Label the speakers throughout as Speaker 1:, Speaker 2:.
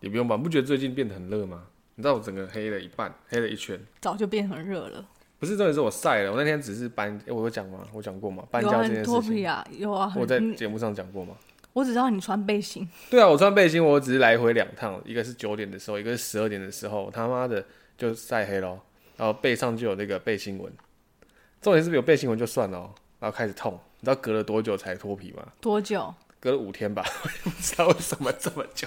Speaker 1: 也不用吧？你不觉得最近变得很热吗？你知道我整个黑了一半，黑了一圈。
Speaker 2: 早就变很热了。
Speaker 1: 不是重点是我晒了，我那天只是搬，诶我有讲吗？我讲过吗？搬
Speaker 2: 有
Speaker 1: 家
Speaker 2: 啊，
Speaker 1: 这
Speaker 2: 很
Speaker 1: 件
Speaker 2: 脱
Speaker 1: 事情，
Speaker 2: 皮啊，有啊，很
Speaker 1: 我在
Speaker 2: 嗯
Speaker 1: 节目上讲过吗？
Speaker 2: 我只知道你穿背心，
Speaker 1: 对啊，我穿背心，我只是来回两趟，一个是九点的时候，一个是十二点的时候，他妈的就晒黑咯，然后背上就有那个背心纹，重点是有背心纹就算了哦，然后开始痛，你知道隔了多久才脱皮吗？
Speaker 2: 多久？
Speaker 1: 隔了五天吧， 我也不知道为什么这么久，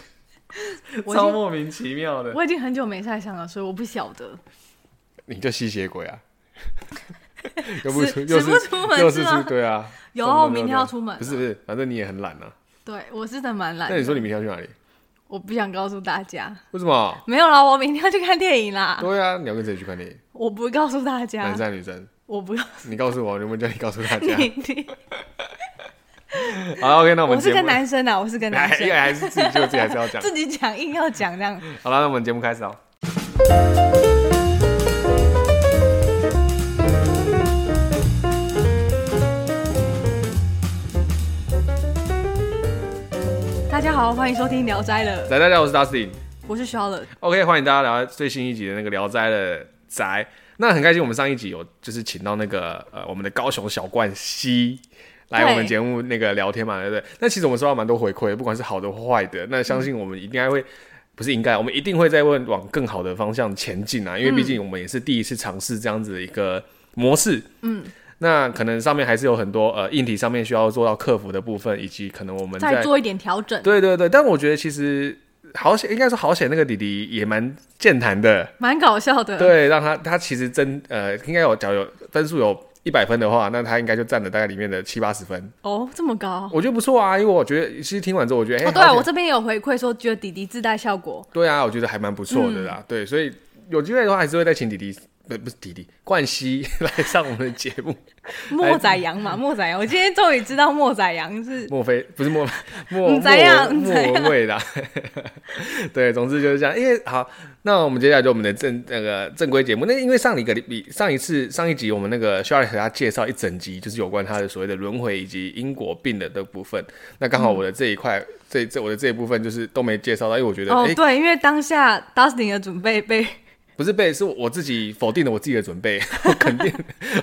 Speaker 2: 我已
Speaker 1: 超
Speaker 2: 经
Speaker 1: 莫名其妙的。
Speaker 2: 我已经很久没晒伤了，所以我不晓得。
Speaker 1: 你就吸血鬼 啊！又不
Speaker 2: 死
Speaker 1: 出，又
Speaker 2: 死
Speaker 1: 是
Speaker 2: 不出门
Speaker 1: 又
Speaker 2: 是
Speaker 1: 是
Speaker 2: 吗
Speaker 1: 出对啊，
Speaker 2: 有
Speaker 1: 怎
Speaker 2: 啊，
Speaker 1: 么
Speaker 2: 我明天
Speaker 1: 了
Speaker 2: 要出门。
Speaker 1: 不是不，是，反正你也很懒啊。
Speaker 2: 对我是真的蛮懒的。
Speaker 1: 那你说你明天要去哪里？
Speaker 2: 我不想告诉大家，
Speaker 1: 为什么？
Speaker 2: 没有啦，我明天要去看电影啦。
Speaker 1: 对啊，你要跟谁去看电影？
Speaker 2: 我不告诉大家
Speaker 1: 男，生还是女生？
Speaker 2: 我不告
Speaker 1: 你告诉我，我能不能叫你告诉大
Speaker 2: 诉
Speaker 1: 家？
Speaker 2: 你。你
Speaker 1: 好，OK，那我们
Speaker 2: 我
Speaker 1: 节
Speaker 2: 是
Speaker 1: 目
Speaker 2: 跟 男生啊，我是跟男
Speaker 1: 还
Speaker 2: 生，
Speaker 1: 还是自己就自己还是要 讲。
Speaker 2: 自己讲硬要讲这样。
Speaker 1: 好了，那我们节目开始哦。
Speaker 2: 大家好，欢迎收听《聊斋》了，
Speaker 1: 来，大家好，我是 Dustin。
Speaker 2: 我是 Charlotte。
Speaker 1: OK，欢迎大家来到最新一集的那个《聊斋》的宅。那很开心，我们上一集有就是请到那个呃我们的高雄小冠希来
Speaker 2: 对
Speaker 1: 我们节目那个聊天嘛，对不对？那其实我们收到蛮多回馈，不管是好的或坏的，那相信我们应该会。不是应该，我们一定会再问往更好的方向前进啊！因为毕竟我们也是第一次尝试这样子的一个模式，
Speaker 2: 嗯，
Speaker 1: 那可能上面还是有很多呃硬体上面需要做到克服的部分，以及可能我们
Speaker 2: 再
Speaker 1: 在
Speaker 2: 做一点调整，
Speaker 1: 对对对，但我觉得其实好险，应该说好险，那个弟弟也蛮健谈的，
Speaker 2: 蛮搞笑的。
Speaker 1: 对，让他他其实真呃，应该有假如有分数有一百分的话，那他应该就占了大概里面的七八十分，
Speaker 2: 哦，这么高。
Speaker 1: 我觉得不错啊，因为我觉得其实听完之后，我觉得哎、
Speaker 2: 哦，对啊，
Speaker 1: 好险
Speaker 2: 我这边也有回馈说觉得弟弟自带效果，
Speaker 1: 对啊，我觉得还蛮不错的啦，
Speaker 2: 嗯
Speaker 1: 对，所以有机会的话还是会再请弟弟。不不是弟弟冠希 来上我们的节目，
Speaker 2: 莫仔羊
Speaker 1: 哎
Speaker 2: 嘛，莫仔羊，我今天终于知道莫仔羊是
Speaker 1: 莫非不是 莫莫
Speaker 2: 你怎样
Speaker 1: 莫
Speaker 2: 你怎
Speaker 1: 莫
Speaker 2: 样
Speaker 1: 文蔚 啦，对，总之就是这样。因为好，那我们接下来就我们的正那个正规节目。那因为上一个礼上一次上一集我们那个 s h a r l 给大家介绍一整集，就是有关他的所谓的轮回以及因果病的的部分。那刚好我的这一块，这这我的这一部分就是都没介绍到，因为我觉得哎、
Speaker 2: 哦，
Speaker 1: 诶
Speaker 2: 对，因为当下 Dustin 的准备被
Speaker 1: 不是被是我自己否定了我自己的准备， 我肯定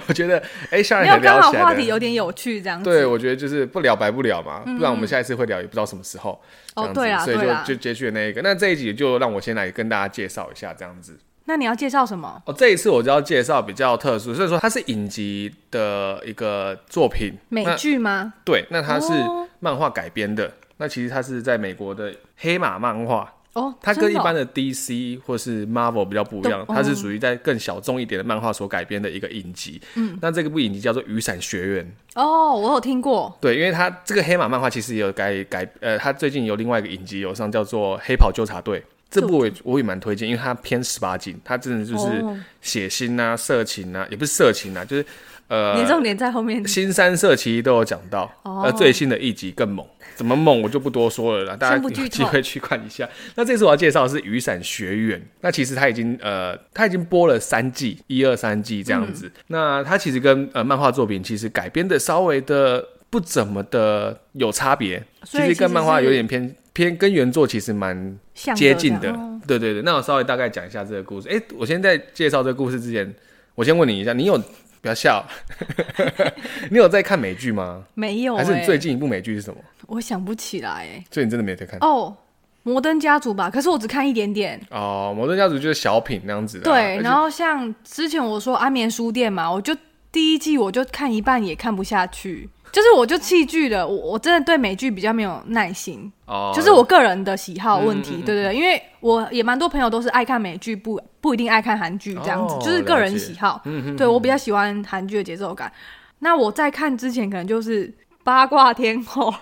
Speaker 1: 我觉得哎 s h a r
Speaker 2: 没
Speaker 1: l
Speaker 2: 有刚
Speaker 1: 聊
Speaker 2: 好
Speaker 1: 起来
Speaker 2: 话
Speaker 1: 的
Speaker 2: 题有点有趣这样子。嗯
Speaker 1: 对，我觉得就是不聊白不聊嘛，不然我们下一次会聊，也不知道什么时候。
Speaker 2: 哦
Speaker 1: 这样子
Speaker 2: 对啦
Speaker 1: 所以
Speaker 2: 对啦
Speaker 1: 就就接续的那一个。那这一集就让我先来跟大家介绍一下这样子。
Speaker 2: 那你要介绍什么？
Speaker 1: 哦，这一次我就要介绍比较特殊，所以说它是影集的一个作品，
Speaker 2: 美
Speaker 1: 那
Speaker 2: 剧吗？
Speaker 1: 对，那它是
Speaker 2: 哦
Speaker 1: 漫画改编的。那其实它是在美国的黑马漫画，
Speaker 2: 哦，
Speaker 1: 它跟一般
Speaker 2: 的
Speaker 1: 的 DC 或是 Marvel 比较不一样，
Speaker 2: 都
Speaker 1: 它是
Speaker 2: 嗯
Speaker 1: 属于在更小众一点的漫画所改编的一个影集。嗯，那这个部影集叫做《雨伞学院》。
Speaker 2: 哦，我有听过，
Speaker 1: 对，因为他这个黑马漫画其实也有改改，呃，他最近有另外一个影集有上，叫做《黑袍纠察队》。这部我也我也蛮推荐，因为它偏十八禁，它真的就是
Speaker 2: 哦
Speaker 1: 血腥啊、色情啊，也不是色情啊，就是呃，
Speaker 2: 你重点在后面。
Speaker 1: 新三色其实都有讲到，
Speaker 2: 哦
Speaker 1: 那最新的一集更猛，怎么猛我就不多说了啦，大家
Speaker 2: 先不
Speaker 1: 有
Speaker 2: 剧
Speaker 1: 机
Speaker 2: 透
Speaker 1: 会去看一下。 那这次我要介绍的是《雨伞学院》，那其实它已经呃，它已经播了三季，一二三季这样
Speaker 2: 嗯
Speaker 1: 子。那它其实跟呃漫画作品其实改编的稍微的不怎么的有差别，
Speaker 2: 所以
Speaker 1: 实跟
Speaker 2: 其实
Speaker 1: 漫画
Speaker 2: 是
Speaker 1: 有点偏偏跟原作其实蛮
Speaker 2: 像
Speaker 1: 接近的
Speaker 2: 这样哦。
Speaker 1: 对对对，那我稍微大概讲一下这个故事。哎、我先在介绍这个故事之前，我先问你一下，你有不要笑， 你有在看美剧吗？
Speaker 2: 没有、欸，
Speaker 1: 还是你最近一嗯部美剧是什么？
Speaker 2: 我想不起来、欸，
Speaker 1: 所以你真的没在看？
Speaker 2: 哦，摩登家族吧，可是我只看一点点。
Speaker 1: 哦，《摩登家族》就是小品那样子的啊、
Speaker 2: 对，
Speaker 1: 而且
Speaker 2: 然后像之前我说《安眠书店》嘛，我就第一季我就看一半也看不下去，就是我就弃剧了。我我真的对美剧比较没有耐心，
Speaker 1: 哦，
Speaker 2: 就是我个人的喜好问题。
Speaker 1: 嗯嗯嗯嗯
Speaker 2: 对对对，因为我也蛮多朋友都是爱看美剧，不不一定爱看韩剧这样子，
Speaker 1: 哦
Speaker 2: 就是个
Speaker 1: 了
Speaker 2: 人
Speaker 1: 解嗯
Speaker 2: 喜好。对我比较喜欢韩剧的节奏感。那我在看之前可能就是《八卦天后》 《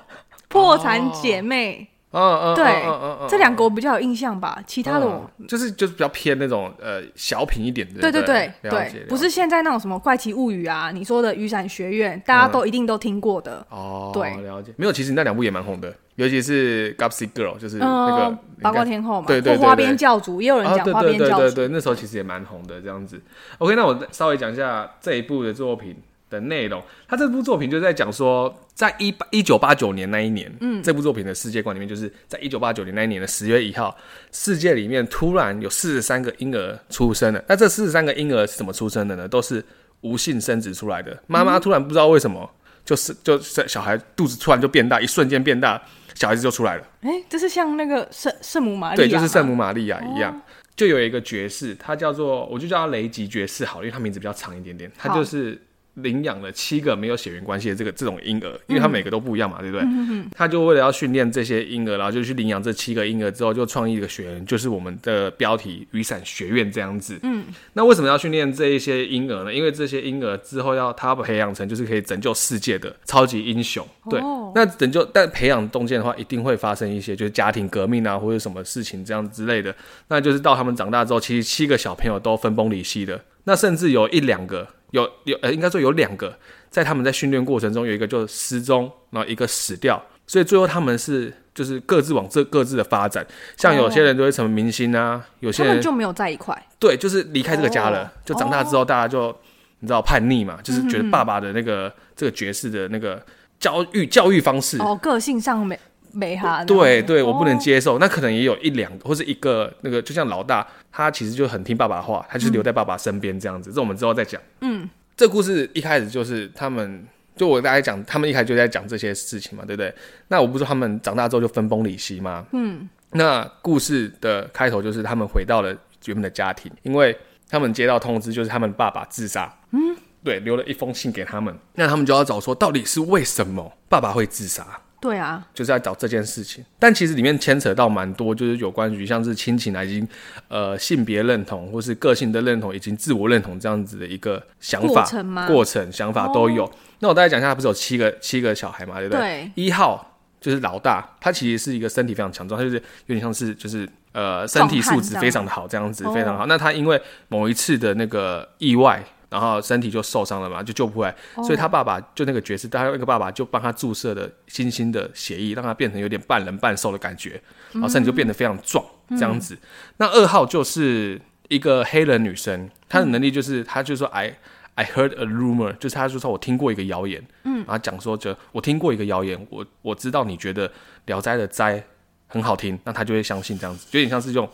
Speaker 2: 破产姐妹
Speaker 1: 嗯嗯，嗯》
Speaker 2: 对、
Speaker 1: 嗯嗯嗯，
Speaker 2: 这两个我比较有印象吧，
Speaker 1: 其
Speaker 2: 其他的我
Speaker 1: 就是就是比较偏那种呃小品一点的，
Speaker 2: 对
Speaker 1: 对
Speaker 2: 对
Speaker 1: 了解
Speaker 2: 对对
Speaker 1: 了，解
Speaker 2: 不是现在那种什么怪奇物语啊，你说的雨伞学院，大家都一定都听过的。
Speaker 1: 哦，
Speaker 2: 对
Speaker 1: 了解。没有，其实那两部也蛮红的，尤其是《Gossip Girl》，就是那个
Speaker 2: 嗯，八卦
Speaker 1: 应该
Speaker 2: 天后嘛，
Speaker 1: 对对对
Speaker 2: 或花边教主，也有人讲
Speaker 1: 哦对
Speaker 2: 花
Speaker 1: 对
Speaker 2: 边
Speaker 1: 对
Speaker 2: 教
Speaker 1: 对
Speaker 2: 主。
Speaker 1: 对，那时候其实也蛮红的这样子。OK，那我稍微讲一下这一部的作品。的内容。他这部作品就在讲说，在一八一九八九年那一年，嗯，这部作品的世界观里面，就是在一九八九年那一年的十月一号，世界里面突然有四十三个婴儿出生了。那这四十三个婴儿是怎么出生的呢？都是无性生殖出来的。妈
Speaker 2: 嗯
Speaker 1: 妈突然不知道为什么，就是就是小孩肚子突然就变大，一瞬间变大，小孩子就出来了。
Speaker 2: 哎，这是像那个圣圣母玛利亚哦
Speaker 1: 对，
Speaker 2: 吗，
Speaker 1: 就是圣母玛利亚一样。就有一个爵士，他叫做我就叫他雷吉爵士好了，因为他名字比较长一点点。他
Speaker 2: 好
Speaker 1: 就是领养了七个没有血缘关系的这个这种婴儿，因为
Speaker 2: 嗯
Speaker 1: 他每个都不一样嘛，对不对？他就为了要训练这些婴儿，然后就去领养这七个婴儿之后，就创立一个学院，就是我们的标题“雨伞学院”这样子。嗯，那为什么要训练这一些婴儿呢？因为这些婴儿之后要他要培养成就是可以拯救世界的超级英雄。对，
Speaker 2: 哦
Speaker 1: 那拯救但培养中间的话，一定会发生一些就是家庭革命啊，或者什么事情这样之类的。那就是到他们长大之后，其实七个小朋友都分崩离析的。那甚至有一两个，有有呃，应该说有两个，在他们在训练过程中，有一个就失踪，然后一个死掉，所以最后他们是就是各自往这各自的发展。像有些人就会成为明星啊，有些
Speaker 2: 他
Speaker 1: 人
Speaker 2: 们就没有在一块，
Speaker 1: 对，就是离开这个家了。
Speaker 2: 哦嗯
Speaker 1: 就长大之后，大家就、你知道叛逆嘛，就是觉得爸爸的那个、这个爵士的那个教育教育方式
Speaker 2: 哦，个性上没没哈，
Speaker 1: 对对，我不能
Speaker 2: 哦
Speaker 1: 接受。那可能也有一两个或是一个那个，就像老大，他其实就很听爸爸的话，他就是留在爸爸身边这样子。这我们之后再讲。嗯，这故事一开始就是他们，就我大家讲，他们一开始就在讲这些事情嘛，对不对？那我不是说他们长大之后就分崩离析吗？嗯，那故事的开头就是他们回到了原本的家庭，因为他们接到通知，就是他们爸爸自杀。嗯。对，留了一封信给他们，那他们就要找说，到底是为什么爸爸会自杀？
Speaker 2: 对啊，
Speaker 1: 就是在找这件事情。但其实里面牵扯到蛮多，就是有关于像是亲情啊，已经呃性别认同或是个性的认同，以及自我认同这样子的一个想法
Speaker 2: 过程吗
Speaker 1: 过程想法都有。那我大概讲一下，他不是有七个七个小孩嘛，对不对
Speaker 2: 对？
Speaker 1: 一号。就是老大，他其实是一个身体非常强壮，他就是有点像是就是呃身体素质非常的好这样子，
Speaker 2: 哦
Speaker 1: 非常好。那他因为某一次的那个意外，然后身体就受伤了嘛，就救不回来，
Speaker 2: 哦
Speaker 1: 所以他爸爸就那个爵士，他那个爸爸就帮他注射了新兴的血液，让他变成有点半人半兽的感觉，
Speaker 2: 嗯
Speaker 1: 然后身体就变得非常壮、这样子。那二号就是一个黑人女生，她的能力就是她就说哎 I I heard a rumor，就是她就说我听过一个谣言，嗯，然后讲说就我听过一个谣言，我我知道你觉得《聊斋》的斋很好听，那她就会相信这样子，有点像是这种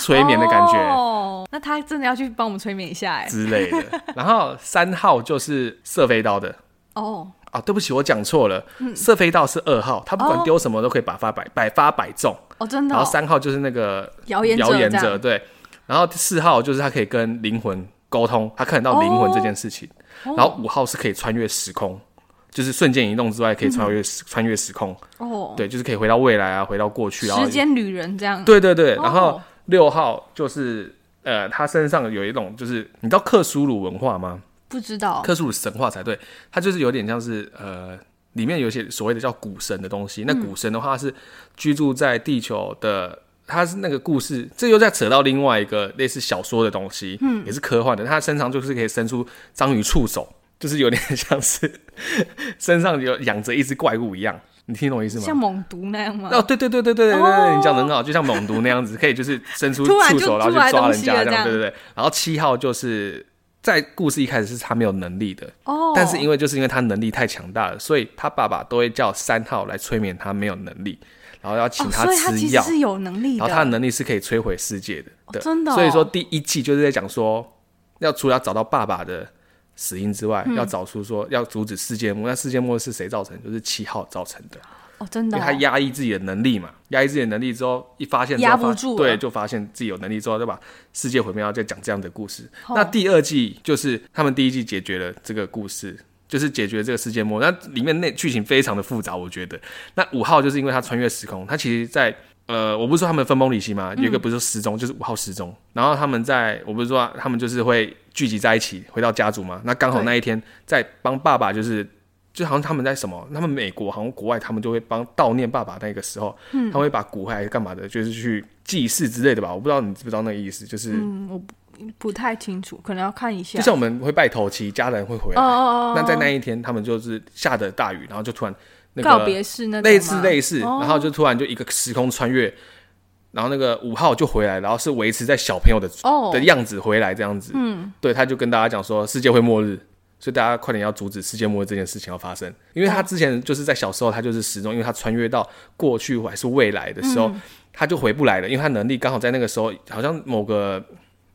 Speaker 1: 催眠的感觉。
Speaker 2: 哦，那他真的要去帮我们催眠一下哎，
Speaker 1: 之类的，然后三号就是射飞刀的，
Speaker 2: 哦，
Speaker 1: 啊，对不起，我讲错了，射飞道是二号，他不管丢什么都可以百发百百发百中，
Speaker 2: 哦，真的
Speaker 1: 然
Speaker 2: 哦
Speaker 1: 后三号就是那个
Speaker 2: 谣言者
Speaker 1: 谣言
Speaker 2: 这
Speaker 1: 者
Speaker 2: 样
Speaker 1: 对，然后四号就是他可以跟灵魂沟通，他看得到灵魂
Speaker 2: 哦
Speaker 1: 这件事情，然后五号是可以穿越时空，就是瞬间移动之外可以穿
Speaker 2: 嗯
Speaker 1: 越时、穿越时空，
Speaker 2: 哦，
Speaker 1: 对，就是可以回到未来啊，回到过去，然后
Speaker 2: 时间旅人这样，
Speaker 1: 对对对，然后
Speaker 2: 哦
Speaker 1: 六号就是呃，他身上有一种就是你知道克苏鲁文化吗？
Speaker 2: 不知道
Speaker 1: 克苏鲁神话才对，它就是有点像是呃，里面有一些所谓的叫古神的东西。
Speaker 2: 嗯
Speaker 1: 那古神的话它是居住在地球的，它是那个故事，这又在扯到另外一个类似小说的东西，嗯，也是科幻的。它身上就是可以伸出章鱼触手，就是有点 像是身上有养着一只怪物一样。你听懂我意思
Speaker 2: 像
Speaker 1: 吗？
Speaker 2: 猛毒那样吗？
Speaker 1: 哦，对对对对对对对
Speaker 2: 哦
Speaker 1: 对，你讲的很好，就像猛毒那样子，可以就是伸出
Speaker 2: 突然
Speaker 1: 触
Speaker 2: 就
Speaker 1: 手，然后
Speaker 2: 出来
Speaker 1: 去抓
Speaker 2: 东
Speaker 1: 人
Speaker 2: 西
Speaker 1: 家这
Speaker 2: 了这
Speaker 1: 样，
Speaker 2: 样
Speaker 1: 对对对。然后七号就是在故事一开始是他没有能力的，
Speaker 2: 哦，
Speaker 1: 但是因为就是因为他能力太强大了，所以他爸爸都会叫三号来催眠他没有能力，然后要请
Speaker 2: 哦，所以他
Speaker 1: 吃
Speaker 2: 其实
Speaker 1: 药，
Speaker 2: 是有能力
Speaker 1: 然后他的
Speaker 2: 的，
Speaker 1: 能力是可以摧毁世界的。对
Speaker 2: 真的哦
Speaker 1: 所以说第一季就是在讲说，要除了要找到爸爸的死因之
Speaker 2: 嗯
Speaker 1: 外，要找出说要阻止世界末。那世界末是谁造成？就是七号造成的，
Speaker 2: 哦，真
Speaker 1: 因
Speaker 2: 的
Speaker 1: 为
Speaker 2: 哦
Speaker 1: 他压抑自己的能力嘛，压抑自己的能力之后，一发现之后
Speaker 2: 压不
Speaker 1: 发
Speaker 2: 住了
Speaker 1: 对，就发现自己有能力之后，就把世界毁灭，然后再讲这样的故事。
Speaker 2: 哦
Speaker 1: 那第二季就是他们第一季解决了这个故事，就是解决这个世界末。那里面内剧情非常的复杂，我觉得。那五号就是因为他穿越时空，他其实在呃，我不是说他们分崩离析吗？有一个不是说失踪，
Speaker 2: 嗯
Speaker 1: 就是五号失踪。然后他们在，我不是说他们就是会聚集在一起，回到家族嘛。那刚好
Speaker 2: 对
Speaker 1: 那一天在帮爸爸，就是就好像他们在什么，他们美国好像国外他们就会帮悼念爸爸那个时候，
Speaker 2: 嗯
Speaker 1: 他会把骨灰还是干嘛的，就是去祭祀之类的吧。我不知道你知不知道那个意思，就是、
Speaker 2: 嗯，我不不太清楚，可能要看一下
Speaker 1: 就，像我们会拜头七，家人会回来。
Speaker 2: 哦哦哦，
Speaker 1: 那在那一天，他们就是下的大雨，然后就突然那个
Speaker 2: 告别式那种
Speaker 1: 类似
Speaker 2: 吗
Speaker 1: 类似，
Speaker 2: 哦
Speaker 1: 然后就突然就一个时空穿越，然后那个五号就回来，然后是维持在小朋友的
Speaker 2: 哦
Speaker 1: 的样子回来这样子。嗯，对，他就跟大家讲说世界会末日，所以大家快点要阻止世界末日这件事情要发生，因为他之前就是在小时候，他就是时钟，因为他穿越到过去还是未来的时候，
Speaker 2: 嗯
Speaker 1: 他就回不来了，因为他能力刚好在那个时候，好像某个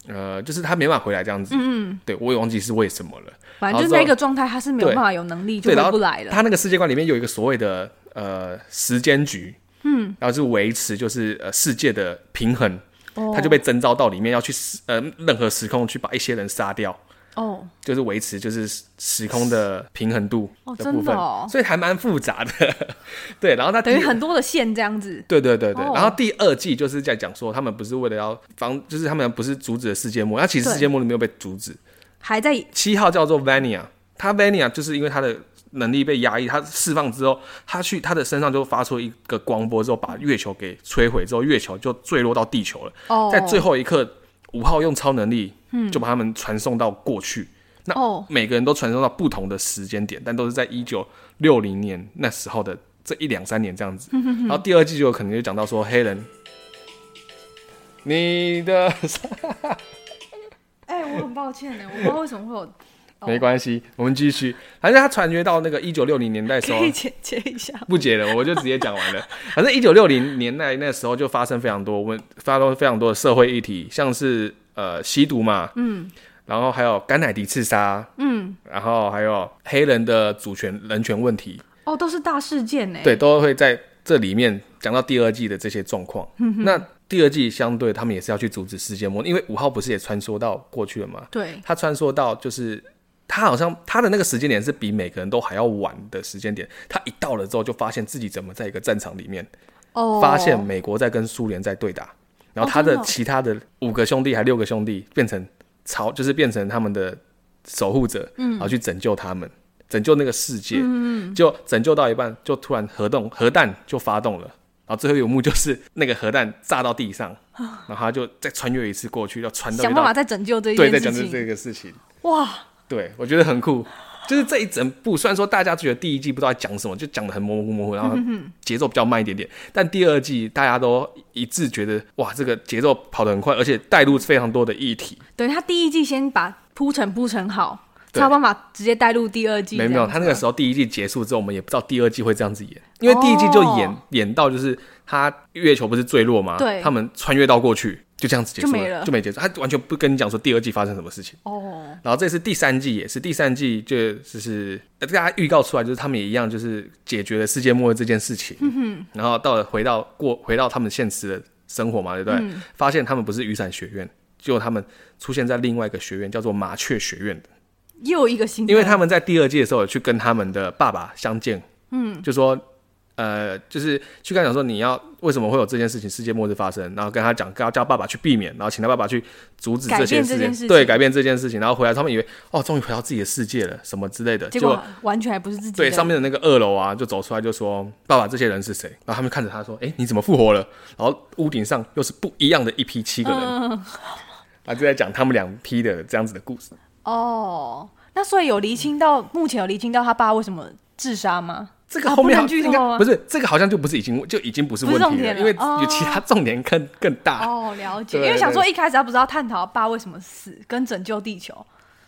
Speaker 1: 呃，就是他没办法回来这样子。嗯，对我也忘记是为什么了。
Speaker 2: 反正就是那个状态，他是没有办法有能力就
Speaker 1: 对，然
Speaker 2: 回
Speaker 1: 后
Speaker 2: 不来了。
Speaker 1: 他那个世界观里面有一个所谓的呃时间局，嗯，然后是维持就是呃世界的平衡，
Speaker 2: 哦
Speaker 1: 他就被征召到里面要去时呃任何时空去把一些人杀掉。
Speaker 2: 哦，
Speaker 1: 就是维持就是时空的平衡度
Speaker 2: 哦
Speaker 1: 的
Speaker 2: 真的
Speaker 1: 部分，
Speaker 2: 哦
Speaker 1: 所以还蛮复杂的。 对，然后他
Speaker 2: 等于
Speaker 1: 第
Speaker 2: 很多的线这样子。
Speaker 1: 对对对对，
Speaker 2: 哦
Speaker 1: 然后第二季就是在讲说，他们不是为了要防，就是他们不是阻止了世界末，那其实
Speaker 2: 对
Speaker 1: 世界末日没有被阻止。
Speaker 2: 还在
Speaker 1: 七号叫做 Vania，他 Vania 就是因为他的能力被压抑，他释放之后，他去他的身上就发出一个光波，之后把月球给摧毁，之后月球就坠落到地球了。
Speaker 2: 哦，嗯
Speaker 1: 在最后一刻，五号用超能力，就把他们传送到过去。那
Speaker 2: 哦
Speaker 1: 每个人都传送到不同的时间点，但都是在一九六零年那时候的这一两三年这样 子。然后第二季就可能就讲到说黑人，你的
Speaker 2: 哎、我很抱歉呢，我不知道为什么会 有，哦
Speaker 1: 没关系，我们继续。反正他穿越到那个一九六零年代的时候
Speaker 2: 可以，解决一下。
Speaker 1: 不解了，我就直接讲完了。 反正一九六零年代那时候就发生非常多问，发生非常多的社会议题，像是呃吸毒嘛，嗯，然后还有甘乃迪刺杀，
Speaker 2: 嗯，
Speaker 1: 然后还有黑人的主权人权问题，
Speaker 2: 哦，都是大事件呢。
Speaker 1: 对，都会在这里面讲到第二季的这些状 况。那第二季相对他们也是要去阻止世界末日，因为五号不是也穿梭到过去了吗？
Speaker 2: 对，
Speaker 1: 他穿梭到就是他好像他的那个时间点是比每个人都还要晚的时间点，他一到了之后就发现自己怎么在一个战场里面，
Speaker 2: 哦，
Speaker 1: 发现美国在跟苏联在对打，然后他
Speaker 2: 真
Speaker 1: 的
Speaker 2: 的哦
Speaker 1: 其他的五个兄弟还六个兄弟变成朝就是变成他们的守护者，
Speaker 2: 嗯
Speaker 1: 然后去拯救他们。拯救那个世界，就拯救到一半，就突然核动核弹就发动了，然后最后一幕就是那个核弹炸到地上，然后他就再穿越一次过去，要穿到
Speaker 2: 啊想办法再拯救这
Speaker 1: 对，再讲
Speaker 2: 件事
Speaker 1: 这
Speaker 2: 情。
Speaker 1: 这个事情，
Speaker 2: 哇，
Speaker 1: 对，我觉得很酷。就是这一整部，虽然说大家觉得第一季不知道在讲什么，就讲的很模糊模糊，然后节奏比较慢一点点，但第二季大家都一致觉得，哇，这个节奏跑得很快，而且带入非常多的议题。
Speaker 2: 等于他第一季先把铺陈铺陈好，
Speaker 1: 对
Speaker 2: 才有办法直接带入第二季。
Speaker 1: 没有没有，他那个时候第一季结束之后，我们也不知道第二季会这样子演，因为第一季就演、
Speaker 2: 哦
Speaker 1: 演到就是他月球不是坠落吗？
Speaker 2: 对
Speaker 1: 他们穿越到过去，就这样子结束
Speaker 2: 就没了
Speaker 1: 就没结束，他完全不跟你讲说第二季发生什么事情。
Speaker 2: 哦，
Speaker 1: 然后这次第三季也是第三季就就是呃大家预告出来，就是他们也一样，就是解决了世界末日这件事情。嗯、然后到了回到过回到他们现实的生活嘛，对不对？发现他们不是雨伞学院，结果他们出现在另外一个学院，叫做麻雀学院的。
Speaker 2: 又一个新的，
Speaker 1: 因为他们在第二季的时候有去跟他们的爸爸相见，嗯，就说呃，就是去跟他讲说你要为什么会有这件事情，世界末日发生，然后跟他讲，跟他叫爸爸去避免，然后请他爸爸去阻止这些
Speaker 2: 改变这
Speaker 1: 事
Speaker 2: 件
Speaker 1: 情，
Speaker 2: 事情
Speaker 1: 对，改变这件事情，然后回来他们以为哦，终于回到自己的世界了，什么之类的，
Speaker 2: 结
Speaker 1: 结
Speaker 2: 果完全还不是自己的。
Speaker 1: 对上面的那个二楼啊，就走出来就说爸爸这些人是谁，然后他们看着他说，哎、你怎么复活了？然后屋顶上又是不一样的一批七个人，
Speaker 2: 嗯
Speaker 1: 啊，就在讲他们两批的这样子的故事。
Speaker 2: 哦，那所以有厘清到目前有厘清到他爸为什么自杀吗？
Speaker 1: 这个
Speaker 2: 啊
Speaker 1: 后面
Speaker 2: 不
Speaker 1: 好
Speaker 2: 能剧
Speaker 1: 应
Speaker 2: 透
Speaker 1: 该
Speaker 2: 吗
Speaker 1: 不是这个好像就不是已经就已经不是
Speaker 2: 不
Speaker 1: 问
Speaker 2: 是重
Speaker 1: 题
Speaker 2: 点
Speaker 1: 了，
Speaker 2: 了
Speaker 1: 因为
Speaker 2: 哦
Speaker 1: 有其他重点更更大，
Speaker 2: 哦，了解。
Speaker 1: 对
Speaker 2: 因为想说
Speaker 1: 对
Speaker 2: 一开始他不知道探讨爸为什么死，跟拯救地球，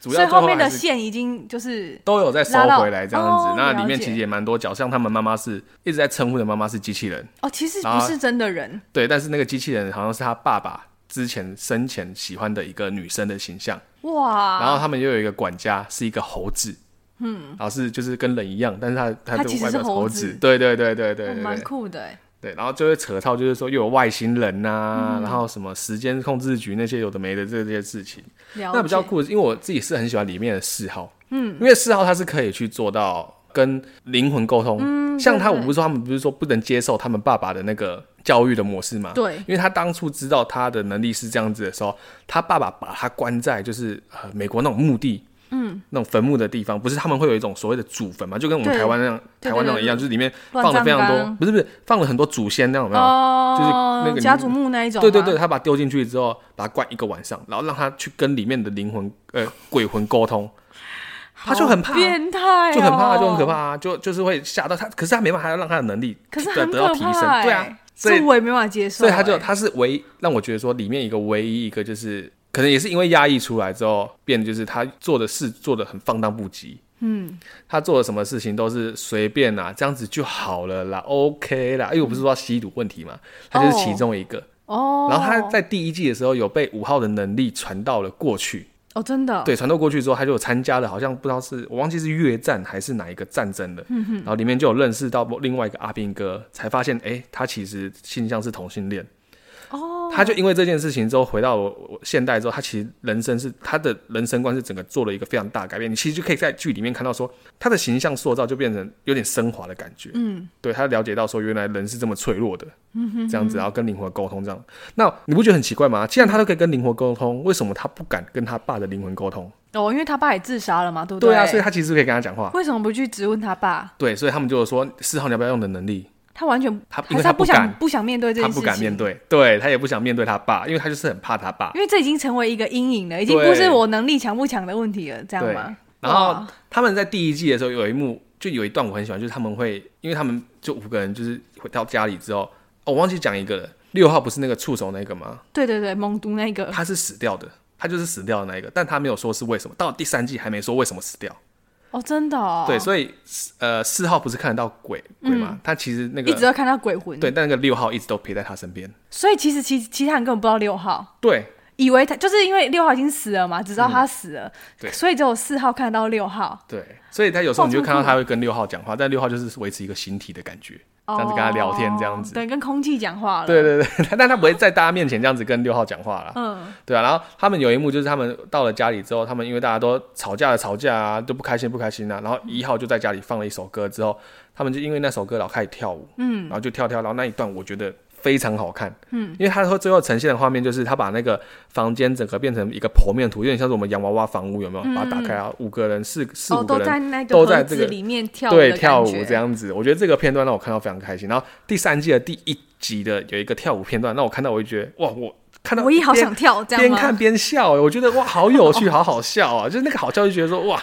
Speaker 1: 主
Speaker 2: 所
Speaker 1: 要
Speaker 2: 以
Speaker 1: 最后
Speaker 2: 后面的
Speaker 1: 还是
Speaker 2: 线已经就是
Speaker 1: 都有在收回来这样子
Speaker 2: 拉到哦。
Speaker 1: 那里面
Speaker 2: 了解
Speaker 1: 其实也蛮多角，像他们妈妈是一直在称呼的妈妈是机器人，
Speaker 2: 哦，其实
Speaker 1: 然后
Speaker 2: 不是真的人
Speaker 1: 对，但是那个机器人好像是他爸爸之前生前喜欢的一个女生的形象。
Speaker 2: 哇。
Speaker 1: 然后他们又有一个管家是一个猴子，嗯，然后是就是跟人一样，但是他他
Speaker 2: 他
Speaker 1: 的
Speaker 2: 其实
Speaker 1: 外表
Speaker 2: 是
Speaker 1: 是
Speaker 2: 猴
Speaker 1: 猴
Speaker 2: 子
Speaker 1: 子，对对对对对
Speaker 2: 哦
Speaker 1: 对
Speaker 2: 蛮
Speaker 1: 对。
Speaker 2: 酷的欸，
Speaker 1: 对，然后就会扯到就是说又有外星人呐、然后什么时间控制局那些有的没的这些事情。
Speaker 2: 了解
Speaker 1: 那比较酷的是，因为我自己是很喜欢里面的四号，嗯，因为四号他是可以去做到跟灵魂沟通，嗯，像他
Speaker 2: 对
Speaker 1: 我不是说他们不是说不能接受他们爸爸的那个教育的模式吗？
Speaker 2: 对
Speaker 1: 因为他当初知道他的能力是这样子的时候，他爸爸把他关在就是呃美国那种墓地。嗯，那种坟墓的地方，不是他们会有一种所谓的祖坟嘛，就跟我们
Speaker 2: 对
Speaker 1: 台湾那样，
Speaker 2: 对
Speaker 1: 台湾那种
Speaker 2: 对对
Speaker 1: 一样，就是里面
Speaker 2: 乱
Speaker 1: 放了非常
Speaker 2: 葬
Speaker 1: 多
Speaker 2: 岗，哦
Speaker 1: 不是不是，放了很多祖先那种，有没有？啊就是那个
Speaker 2: 家族墓那一种，
Speaker 1: 对对对，，他把它丢进去之后，把它关一个晚上，然后让他去跟里面的灵魂呃鬼魂沟通，他就很怕啊，
Speaker 2: 变态，哦
Speaker 1: 就很怕，就很可怕。啊，就就是会吓到他。可是他没办法，要让他的能力
Speaker 2: 可是
Speaker 1: 得
Speaker 2: 很
Speaker 1: 得到
Speaker 2: 可
Speaker 1: 提升
Speaker 2: 怕，欸，
Speaker 1: 对啊，所以
Speaker 2: 这我也没办法接受
Speaker 1: 所
Speaker 2: 欸，
Speaker 1: 以他就他是唯一让我觉得说里面一个唯一一个就是可能也是因为压抑出来之后，变得就是他做的事做的很放荡不羁。
Speaker 2: 嗯，
Speaker 1: 他做了什么事情都是随便啦、这样子就好了啦，OK 啦。因为哎我不是说吸毒问题嘛，他就是其中一个。
Speaker 2: 哦，
Speaker 1: 然后他在第一季的时候有被五号的能力传到了过去，
Speaker 2: 哦，真的，
Speaker 1: 对，传到过去之后，他就有参加了，好像不知道是我忘记是越战还是哪一个战争了。
Speaker 2: 嗯
Speaker 1: 然后里面就有认识到另外一个阿兵哥，才发现哎、诶他其实性向是同性恋。
Speaker 2: 哦，
Speaker 1: 他就因为这件事情之后回到我我现代之后，他其实人生是他的人生观是整个做了一个非常大的改变。你其实就可以在剧里面看到说，他的形象塑造就变成有点升华的感觉。
Speaker 2: 嗯，
Speaker 1: 对他了解到说，原来人是这么脆弱的，这样子，然后跟灵魂沟通这样。那你不觉得很奇怪吗？既然他都可以跟灵魂沟通，为什么他不敢跟他爸的灵魂沟通？
Speaker 2: 哦，因为他爸也自杀了嘛，对不
Speaker 1: 对
Speaker 2: 对
Speaker 1: 啊，所以他其实可以跟他讲话。
Speaker 2: 为什么不去质问他爸？
Speaker 1: 对，所以他们就说四号你要不要用你的能力？
Speaker 2: 他完全
Speaker 1: 他因为
Speaker 2: 还是
Speaker 1: 他
Speaker 2: 不
Speaker 1: 不
Speaker 2: 想
Speaker 1: 敢
Speaker 2: 不想面对这
Speaker 1: 他
Speaker 2: 件事
Speaker 1: 不
Speaker 2: 情，
Speaker 1: 敢面，对，对他也不想面对他爸，因为他就是很怕他爸。
Speaker 2: 因为这已经成为一个阴影了，已经不是我能力强不强的问题了，这样
Speaker 1: 对
Speaker 2: 吗？
Speaker 1: 然后
Speaker 2: 哇
Speaker 1: 他们在第一季的时候有一幕，就有一段我很喜欢，就是他们会，因为他们就五个人，就是回到家里之后，哦，我忘记讲一个了，六号不是那个触手那个吗？
Speaker 2: 对对对，蒙读 那个，
Speaker 1: 他是死掉的，他就是死掉的那一个，但他没有说是为什么，到第三季还没说为什么死掉。
Speaker 2: 哦，真的哦，
Speaker 1: 对，所以呃，四号不是看得到鬼鬼吗？他其实那
Speaker 2: 嗯一直
Speaker 1: 个
Speaker 2: 都看到鬼魂，
Speaker 1: 对，，但那个六号一直都陪在他身边。
Speaker 2: 所以其实其其他人根本不知道六号，
Speaker 1: 对，
Speaker 2: 以为他就是因为六号已经死了嘛，只知道他死了，
Speaker 1: 嗯对
Speaker 2: 所以只有四号看得到六号，
Speaker 1: 对，所以他有时候
Speaker 2: 哇
Speaker 1: 你就看
Speaker 2: 这
Speaker 1: 到
Speaker 2: 么酷
Speaker 1: 他会跟六号讲话，但六号就是维持一个形体的感觉，这样子跟他聊天，这样
Speaker 2: 哦
Speaker 1: 子。
Speaker 2: 对，跟空气讲话了，
Speaker 1: 对，对 对，但他不会在大家面前这样子跟六号讲话啦。
Speaker 2: 嗯，
Speaker 1: 对啊，然后他们有一幕就是他们到了家里之后，他们因为大家都吵架了，吵架啊，都不开心不开心啊。然后一号就在家里放了一首歌之后，他们就因为那首歌然后开始跳舞，嗯，然后就跳跳，然后那一段我觉得非常好看，嗯，因为他说最后呈现的画面就是他把那个房间整个变成一个剖面图，有点像是我们洋娃娃房屋有没有？把它打开啊，五个人四四
Speaker 2: 嗯哦，
Speaker 1: 五个
Speaker 2: 都
Speaker 1: 人
Speaker 2: 在那个
Speaker 1: 都在
Speaker 2: 盒
Speaker 1: 这
Speaker 2: 子
Speaker 1: 个
Speaker 2: 里面跳
Speaker 1: 对
Speaker 2: 的
Speaker 1: 跳
Speaker 2: 感
Speaker 1: 舞
Speaker 2: 觉
Speaker 1: 这，样子，我觉得这个片段让我看到非常开心。然后第三季的第一集的有一个跳舞片段，让我看到我就觉得哇，我看到
Speaker 2: 我也好
Speaker 1: 边
Speaker 2: 想跳，这样
Speaker 1: 边
Speaker 2: 吗？
Speaker 1: 看边笑、欸，我觉得哇，好有趣，好好笑啊！就是那个好笑，就觉得说哇，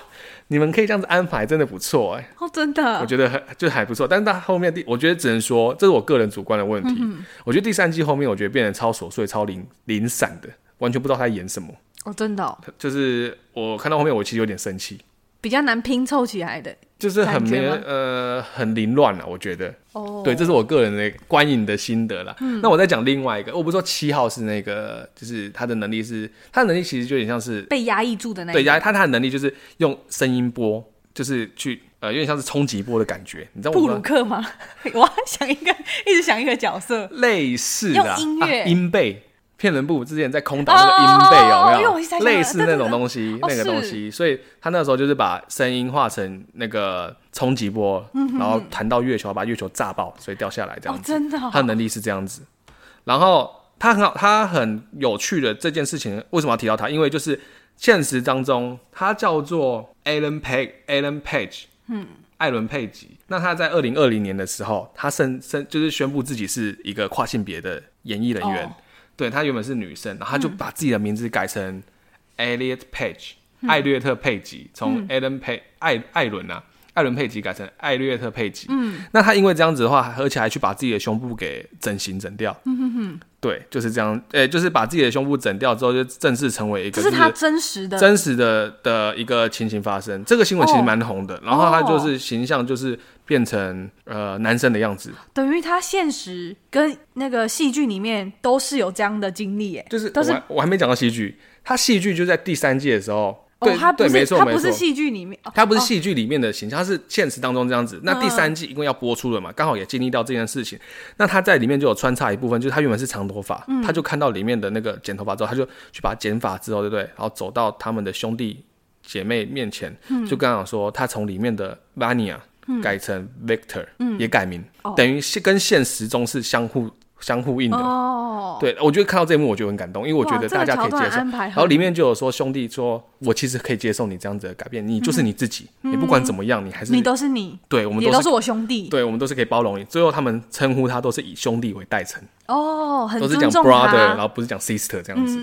Speaker 1: 你们可以这样子安排，真的不错哎、
Speaker 2: 哦，真的，
Speaker 1: 我觉得很就还不错。但是到后面第，我觉得只能说这是我个人主观的问题。
Speaker 2: 嗯
Speaker 1: 我觉得第三季后面，我觉得变得超琐碎、超零零散的，完全不知道他在演什么。
Speaker 2: 哦，真的、哦、
Speaker 1: 就是我看到后面，我其实有点生气，
Speaker 2: 比较难拼凑起来的
Speaker 1: 就是很没
Speaker 2: 感觉吗
Speaker 1: 呃很凌乱了、我觉得。
Speaker 2: 哦。嗯
Speaker 1: 对，这是我个人的观影的心得啦。那我再讲另外一个，我不是说七号是那个，就是他的能力是，他的能力其实就有点像是
Speaker 2: 被压抑住的那一
Speaker 1: 对，
Speaker 2: 种
Speaker 1: 压他他的能力就是用声音波，就是去呃，有点像是冲击波的感觉，你知道我
Speaker 2: 布
Speaker 1: 说
Speaker 2: 鲁克吗？ 我要想一个，一直想一个角色。
Speaker 1: 类似的啊
Speaker 2: 用音乐
Speaker 1: 啊音贝。骗人部之前在空岛那个音贝
Speaker 2: 哦
Speaker 1: 有没
Speaker 2: 因为
Speaker 1: 有
Speaker 2: 我一直在想
Speaker 1: 类似
Speaker 2: 对
Speaker 1: 那
Speaker 2: 对
Speaker 1: 种
Speaker 2: 对
Speaker 1: 东西，
Speaker 2: 哦
Speaker 1: 那个东西，所以他那时候就是把声音化成那个冲击波，
Speaker 2: 嗯
Speaker 1: 然后弹到月球，把月球炸爆，所以掉下来这样
Speaker 2: 哦
Speaker 1: 子，。
Speaker 2: 真的、哦
Speaker 1: 他的能力是这样子。然后他很好，他很有趣的这件事情，为什么要提到他？因为就是现实当中，他叫做 Alan Page，Alan Page，嗯，艾伦佩吉。那他在二零二零年的时候，他声声就是宣布自己是一个跨性别的演艺人员。
Speaker 2: 哦
Speaker 1: 对他原本是女生，然后他就把自己的名字改成 Elliot Page，、艾略特佩吉，从 Alan 佩艾艾伦啊，艾伦佩吉改成艾略特佩吉。嗯，那他因为这样子的话，而且还去把自己的胸部给整形整掉。嗯哼哼，对，就是这样，呃、就是把自己的胸部整掉之后，就正式成为一
Speaker 2: 这
Speaker 1: 个
Speaker 2: 是
Speaker 1: 就
Speaker 2: 他
Speaker 1: 是
Speaker 2: 真实的，
Speaker 1: 真实的的一个情形发生。这个新闻其实蛮红的，然后他就是形象就是变成呃男生的样子，
Speaker 2: 等于他现实跟那个戏剧里面都是有这样的经历，哎，
Speaker 1: 就是
Speaker 2: 都
Speaker 1: 我
Speaker 2: 是
Speaker 1: 还我还没讲到戏剧，他戏剧就在第三季的时候。
Speaker 2: 哦
Speaker 1: 对，
Speaker 2: 他不
Speaker 1: 对，没
Speaker 2: 是
Speaker 1: 错，
Speaker 2: 他
Speaker 1: 没
Speaker 2: 不
Speaker 1: 错
Speaker 2: 是。戏剧里面，哦
Speaker 1: 它不是
Speaker 2: 哦
Speaker 1: 戏剧里面的形象，它是现实当中这样子。
Speaker 2: 嗯
Speaker 1: 那第三季因为要播出了嘛，刚好也经历到这件事情。那他在里面就有穿插一部分，就是他原本是长头发，
Speaker 2: 嗯
Speaker 1: 他就看到里面的那个剪头发之后，他就去把它剪发之后，对不对？然后走到他们的兄弟姐妹面前，
Speaker 2: 嗯
Speaker 1: 就跟他讲说，他从里面的 Vania 改成
Speaker 2: 嗯
Speaker 1: Victor，、也改名，等于是跟现实中是相互相呼应的。
Speaker 2: 哦，
Speaker 1: 对，我觉得看到这一幕，我就很感动，因为我觉
Speaker 2: 哇
Speaker 1: 得
Speaker 2: 这
Speaker 1: 大
Speaker 2: 个
Speaker 1: 家可
Speaker 2: 桥
Speaker 1: 以
Speaker 2: 段
Speaker 1: 接受。
Speaker 2: 安排
Speaker 1: 然
Speaker 2: 很
Speaker 1: 后里面就有说，兄弟说，我其实可以接受你这样子的改变，你就是你自己，你不管怎么样，你还是
Speaker 2: 嗯你都是你，
Speaker 1: 对，我们
Speaker 2: 也
Speaker 1: 都
Speaker 2: 都
Speaker 1: 是
Speaker 2: 是我兄弟，
Speaker 1: 对，我们都是可以包容你。最后他们称呼他都是以兄弟为代称，
Speaker 2: 哦，很
Speaker 1: 都是
Speaker 2: 尊
Speaker 1: 讲
Speaker 2: 重
Speaker 1: brother，然
Speaker 2: 他。嗯
Speaker 1: 后不是讲 sister 这样子。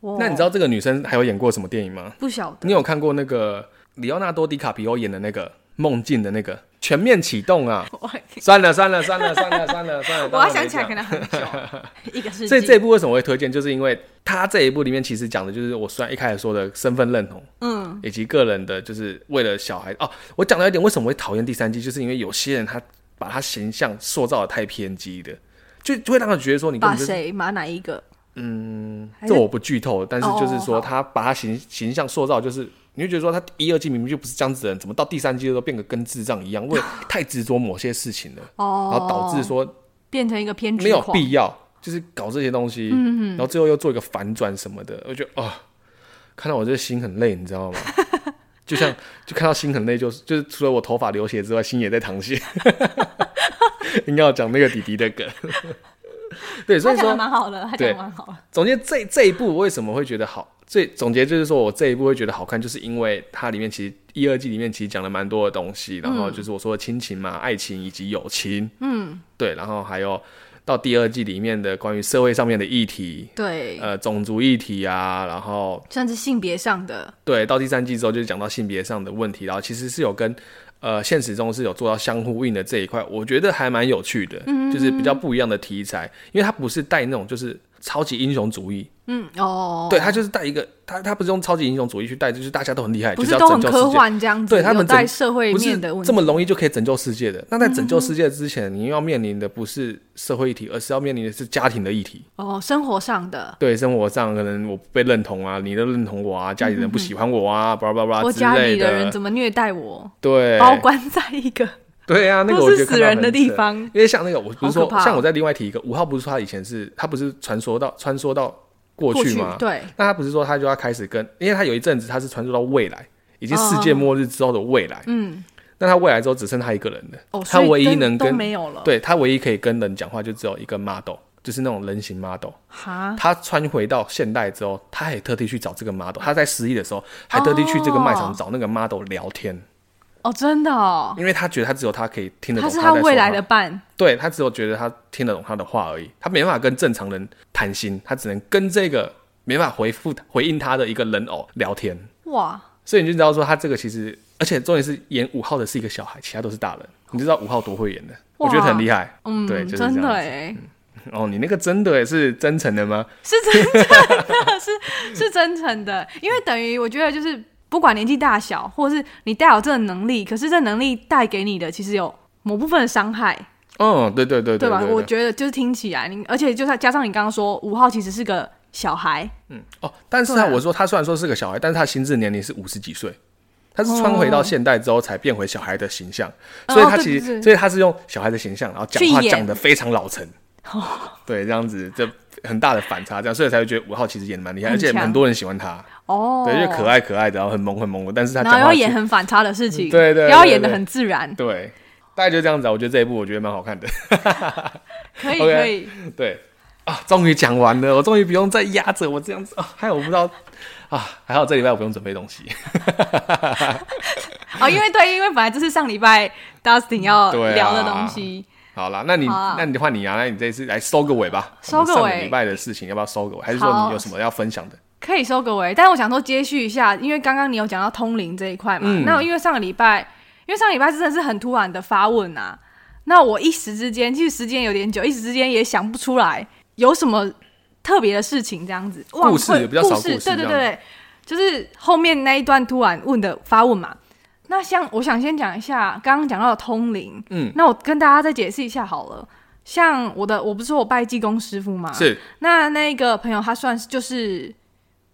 Speaker 2: 哇
Speaker 1: 那你知道这个女生还有演过什么电影吗？
Speaker 2: 不晓得
Speaker 1: 你有看过那个里奥纳多·迪卡皮欧演的那个梦境的那个全面启动 啊！
Speaker 2: 我
Speaker 1: 算了算了算了算了算了算了，
Speaker 2: 我要想起来
Speaker 1: 当然没讲
Speaker 2: 可 能很久，一个世纪。
Speaker 1: 所以这一部为什么我会推荐，就是因为他这一部里面其实讲的就是我虽然一开始说的身份认同，
Speaker 2: 嗯，
Speaker 1: 以及个人的，就是为了小孩哦。我讲到一点，为什么会讨厌第三季，就是因为有些人他把他形象塑造的太偏激的，就就会让人觉得说你根
Speaker 2: 把
Speaker 1: 本就是
Speaker 2: 谁把哪一个？嗯，
Speaker 1: 这我不剧透，但是就是
Speaker 2: 哦
Speaker 1: 说
Speaker 2: 好
Speaker 1: 他把他形形象塑造，就是你会觉得说他一二季明明就不是这样子的人，怎么到第三季的时候变得跟智障一样，为了太执着某些事情了，
Speaker 2: 啊哦，
Speaker 1: 然后导致说
Speaker 2: 变成一个偏执
Speaker 1: 没有
Speaker 2: 狂
Speaker 1: 必要，就是搞这些东西，然后最后又做一个反转什么的，我觉得哦，看到我这心很累，你知道吗？ 就像就看到心很累，就是就是除了我头发流血之外，心也在淌血。 应该要讲那个弟弟的梗， 对，所
Speaker 2: 他
Speaker 1: 以
Speaker 2: 讲的
Speaker 1: 说
Speaker 2: 蛮好的，他讲
Speaker 1: 对
Speaker 2: 的蛮好的。
Speaker 1: 总结这这一部为什么会觉得好？最总结就是说我这一部会觉得好看，就是因为它里面其实一二季里面其实讲了蛮多的东西，然后就是我说的亲情嘛、爱情以及友情，嗯，对，然后还有到第二季里面的关于社会上面的议题，
Speaker 2: 对，
Speaker 1: 呃，种族议题啊，然后
Speaker 2: 甚至性别上的，
Speaker 1: 对，到第三季之后就是讲到性别上的问题，然后其实是有跟呃现实中是有做到相呼应的这一块，我觉得还蛮有趣的，就是比较不一样的题材，因为它不是带那种就是超级英雄主义。
Speaker 2: 嗯，哦，
Speaker 1: 对他就是带一个，他他不是用超级英雄主义去带，就是大家都很厉害，
Speaker 2: 不
Speaker 1: 就是是
Speaker 2: 都
Speaker 1: 要
Speaker 2: 很
Speaker 1: 拯救
Speaker 2: 科
Speaker 1: 世界。
Speaker 2: 幻这样子，
Speaker 1: 对他们
Speaker 2: 有在
Speaker 1: 整
Speaker 2: 社会
Speaker 1: 不
Speaker 2: 面
Speaker 1: 是
Speaker 2: 的问题嗯
Speaker 1: 这么容易就可以拯救世界的。那在拯救世界之前，你要面临的不是社会议题，而是要面临的是家庭的议题。
Speaker 2: 哦，生活上的，
Speaker 1: 对生活上，可能我被认同啊，你都认同我啊，家里人不喜欢我啊，巴拉巴拉
Speaker 2: 嗯我
Speaker 1: 之
Speaker 2: 家
Speaker 1: 类
Speaker 2: 里的人
Speaker 1: 的。
Speaker 2: 怎么虐待我，
Speaker 1: 对，
Speaker 2: 把我关在一个
Speaker 1: 对啊，那个
Speaker 2: 都
Speaker 1: 我
Speaker 2: 是
Speaker 1: 觉得
Speaker 2: 死
Speaker 1: 看到
Speaker 2: 人
Speaker 1: 很
Speaker 2: 的地
Speaker 1: 扯。
Speaker 2: 方，
Speaker 1: 因为像那个，我不是
Speaker 2: 好
Speaker 1: 说，
Speaker 2: 可怕哦
Speaker 1: 像我在另外提一个五号，不是说他以前是他不是传说到穿梭到过
Speaker 2: 过
Speaker 1: 去
Speaker 2: 去
Speaker 1: 吗？
Speaker 2: 对，
Speaker 1: 那他不是说他就要开始跟，因为他有一阵子他是传说到未来，已经世界末日之后的未来。
Speaker 2: 嗯，
Speaker 1: 那他未来之后只剩他一个人了，
Speaker 2: 哦，
Speaker 1: 他
Speaker 2: 所以
Speaker 1: 唯一
Speaker 2: 真
Speaker 1: 能
Speaker 2: 都
Speaker 1: 跟
Speaker 2: 没有了，，
Speaker 1: 对他唯一可以跟人讲话就只有一个 model，就是那种人形 model。
Speaker 2: 哈，
Speaker 1: 他穿回到现代之后，他还特地去找这个 model。他在失忆的时候，还特地去这个卖场
Speaker 2: 哦
Speaker 1: 找那个 model 聊天，
Speaker 2: 哦，真的哦，
Speaker 1: 因为他觉得他只有他可以听得
Speaker 2: 他
Speaker 1: 懂
Speaker 2: 是
Speaker 1: 在
Speaker 2: 他
Speaker 1: 说
Speaker 2: 未来
Speaker 1: 话
Speaker 2: 的伴，
Speaker 1: 对他只有觉得他听得懂他的话而已，他没办法跟正常人谈心，他只能跟这个没办法回复回应他的一个人偶聊天。
Speaker 2: 哇，
Speaker 1: 所以你就知道说他这个其实，而且重点是演五号的是一个小孩，其他都是大人。你就知道五号多会演的，我
Speaker 2: 哇
Speaker 1: 觉得很厉害。
Speaker 2: 嗯，
Speaker 1: 对，就是这样
Speaker 2: 真
Speaker 1: 子
Speaker 2: 的哎，
Speaker 1: 哦，你那个真的是真诚的吗？
Speaker 2: 是真诚的， 是是真诚的，因为等于我觉得就是不管年纪大小，或者是你带有这个能力，可是这能力带给你的其实有某部分的伤害，
Speaker 1: 哦，对对对
Speaker 2: 对吧？
Speaker 1: 对
Speaker 2: 我觉得就是听起来，你而且就是加上你刚刚说五号其实是个小孩，
Speaker 1: 哦，但是
Speaker 2: 对
Speaker 1: 啊，
Speaker 2: 啊
Speaker 1: 我说他虽然说是个小孩，但是他心智年龄是五十几岁，他是穿回到现代之后才变回小孩的形象，
Speaker 2: 哦
Speaker 1: 所以他
Speaker 2: 对
Speaker 1: 其
Speaker 2: 对
Speaker 1: 实，
Speaker 2: 对
Speaker 1: 所以他是用小孩的形象，然后讲话
Speaker 2: 去演
Speaker 1: 讲的非常老 成，对，这样子就很大的反差，这样，所以才会觉得五号其实演的蛮厉害，
Speaker 2: 很
Speaker 1: 而且
Speaker 2: 强
Speaker 1: 蛮多人喜欢他，
Speaker 2: 哦，
Speaker 1: 对，就可爱可爱的，然后很萌很萌的，但是他
Speaker 2: 然
Speaker 1: 讲
Speaker 2: 后要
Speaker 1: 话
Speaker 2: 演很反差的事情，
Speaker 1: 对对对
Speaker 2: 然后演的很自然，
Speaker 1: 对，大概就这样子啊。我觉得这一部我觉得蛮好看的。
Speaker 2: 可 以
Speaker 1: OK
Speaker 2: 可以，
Speaker 1: 对啊，终于讲完了，我终于不用再压着我这样子啊。还有我不知道啊，还好这礼拜我不用准备东西。
Speaker 2: 哦，因为对，因为本来这是上礼拜 Dustin 要
Speaker 1: 对啊
Speaker 2: 聊的东西，
Speaker 1: 好啦，那你、
Speaker 2: 好啊
Speaker 1: 那你的话你啊，那你这次来收个尾吧。
Speaker 2: 收个尾
Speaker 1: 我们上礼拜的事情要不要收个尾？还是说
Speaker 2: 好
Speaker 1: 你有什么要分享的？
Speaker 2: 可以收个尾，但是我想说接续一下，因为刚刚你有讲到通灵这一块嘛，
Speaker 1: 嗯
Speaker 2: 那因为上个礼拜，因为上个礼拜真的是很突然的发问啊，那我一时之间，其实时间有点久，一时之间也想不出来有什么特别的事情这样子。忘
Speaker 1: 故事
Speaker 2: 会
Speaker 1: 也比较少
Speaker 2: 故
Speaker 1: 故事
Speaker 2: 对对
Speaker 1: 这样
Speaker 2: 对
Speaker 1: 子
Speaker 2: 对，就是后面那一段突然问的发问嘛。那像我想先讲一下刚刚讲到的通灵，
Speaker 1: 嗯，
Speaker 2: 那我跟大家再解释一下好了。像我的，我不是说我拜济公师傅吗？
Speaker 1: 是
Speaker 2: 那那个朋友他算是就是，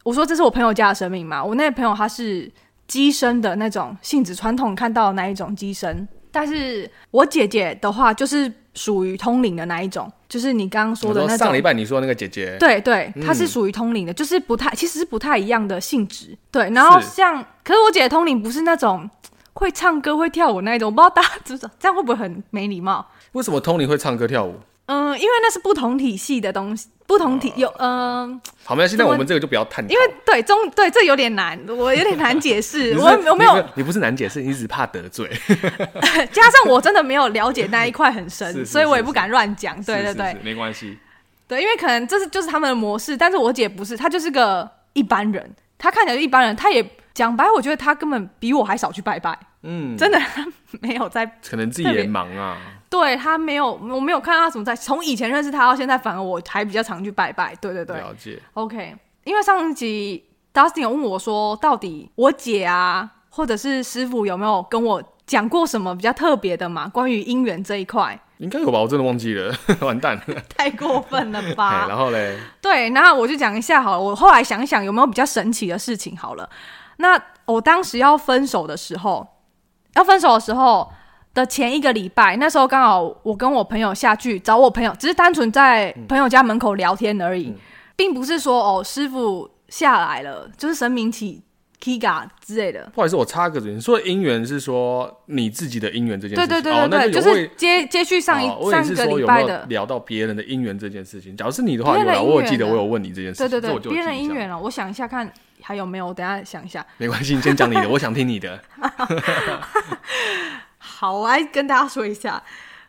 Speaker 2: 我说这是我朋友家的神明嘛，我那个朋友他是鸡生的那种性质传统看到的那一种鸡生，但是我姐姐的话就是属于通灵的那一种，就是你刚刚说
Speaker 1: 我
Speaker 2: 的那
Speaker 1: 上礼
Speaker 2: 种。
Speaker 1: 拜你说那个姐姐，
Speaker 2: 对对，
Speaker 1: 嗯
Speaker 2: 它是属于通灵的，就是不太，其实是不太一样的性质。对，然后
Speaker 1: 是
Speaker 2: 像，可是我姐的通灵不是那种会唱歌、会跳舞那一种，我不知道大家知不知道， 这样会不会很没礼貌？
Speaker 1: 为什么 Tony 会唱歌跳舞？
Speaker 2: 嗯，因为那是不同体系的东西，不同
Speaker 1: 哦
Speaker 2: 体有嗯、
Speaker 1: 好，没关系，那
Speaker 2: 怎么
Speaker 1: 我们这个就不要探讨，
Speaker 2: 因为对中对这有点难，我有点难解 释
Speaker 1: 你，
Speaker 2: 我
Speaker 1: 是
Speaker 2: 我
Speaker 1: 你
Speaker 2: 没有
Speaker 1: 你不是难解释，你只怕得罪。
Speaker 2: 加上我真的没有了解那一块很
Speaker 1: 是
Speaker 2: 深，
Speaker 1: 是
Speaker 2: 所以我也不
Speaker 1: 是
Speaker 2: 敢乱讲。对对
Speaker 1: 是
Speaker 2: 对
Speaker 1: 是是没关系。
Speaker 2: 对，因为可能这是就是他们的模式，但是我姐不是，她就是个一般人，她看起来就一般人，她也讲白，我觉得他根本比我还少去拜拜，
Speaker 1: 嗯，
Speaker 2: 真的他没有在，
Speaker 1: 可能自己也忙啊，
Speaker 2: 对他没有，我没有看到他怎么在，从以前认识他到现在，反而我还比较常去拜拜。对对对，
Speaker 1: 了解，
Speaker 2: OK，因为上一集 Dustin 有问我说，到底我姐啊，或者是师傅有没有跟我讲过什么比较特别的嘛？关于姻缘这一块，
Speaker 1: 应该有吧？我真的忘记了， 完蛋了。
Speaker 2: 太过分了
Speaker 1: 嘿
Speaker 2: 吧？
Speaker 1: 然后嘞，
Speaker 2: 对，那我就讲一下好了。我后来想一想，有没有比较神奇的事情好了？那我当时要分手的时候，要分手的时候的前一个礼拜，那时候刚好我跟我朋友下去找我朋友，只是单纯在朋友家门口聊天而
Speaker 1: 嗯
Speaker 2: 已，并不是说哦师傅下来了，就是神明起 Kiga 之类的。
Speaker 1: 不好意思，我插个嘴，你说的姻缘是说你自己的姻缘这件
Speaker 2: 对
Speaker 1: 事情，
Speaker 2: 对对
Speaker 1: 哦
Speaker 2: 对、
Speaker 1: 那
Speaker 2: 对，就
Speaker 1: 有为
Speaker 2: 是接接续上一、
Speaker 1: 哦、我也
Speaker 2: 上
Speaker 1: 是
Speaker 2: 一个
Speaker 1: 说
Speaker 2: 礼
Speaker 1: 有
Speaker 2: 拜
Speaker 1: 没
Speaker 2: 的
Speaker 1: 有，聊到别人的姻缘这件事情？假如是你的话，
Speaker 2: 别人
Speaker 1: 有
Speaker 2: 的
Speaker 1: 啦，我
Speaker 2: 姻
Speaker 1: 有
Speaker 2: 缘
Speaker 1: 记得
Speaker 2: 的
Speaker 1: 我有问你这件事
Speaker 2: 对
Speaker 1: 情，
Speaker 2: 对
Speaker 1: 这
Speaker 2: 对
Speaker 1: 我，就有
Speaker 2: 别人的
Speaker 1: 记一下
Speaker 2: 姻缘了。我想一下看还有没有，我等一下想一下。
Speaker 1: 没关系，你先讲你的，我想听你 的。
Speaker 2: 好，我来跟大家说一下，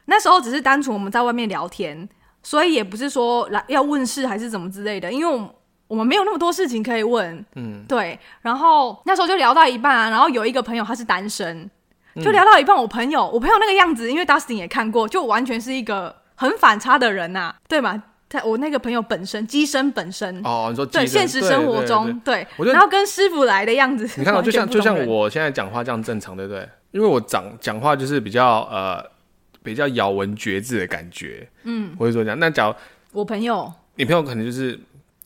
Speaker 2: 那时候只是单纯我们在外面聊天，所以也不是说来要问事还是怎么之类的，因为我们我们没有那么多事情可以问，嗯，对。然后那时候就聊到一半啊，然后有一个朋友他是单身，
Speaker 1: 嗯
Speaker 2: 就聊到一半，我朋友、我朋友那个样子，因为 Dustin 也看过，就完全是一个很反差的人呐、对嘛？他我那个朋友本身机身本身，
Speaker 1: 哦，你说
Speaker 2: 对
Speaker 1: 记得
Speaker 2: 现实生活中，
Speaker 1: 对对对我觉得
Speaker 2: 然后跟师傅来的样子，
Speaker 1: 你看哦，
Speaker 2: 完
Speaker 1: 就
Speaker 2: 全
Speaker 1: 像
Speaker 2: 不
Speaker 1: 就
Speaker 2: 同
Speaker 1: 像
Speaker 2: 人
Speaker 1: 我现在讲话这样正常，对不对？因为我讲讲话就是比较呃比较咬文嚼字的感觉，嗯，我会说这样。那假如
Speaker 2: 我朋友
Speaker 1: 你朋友可能就是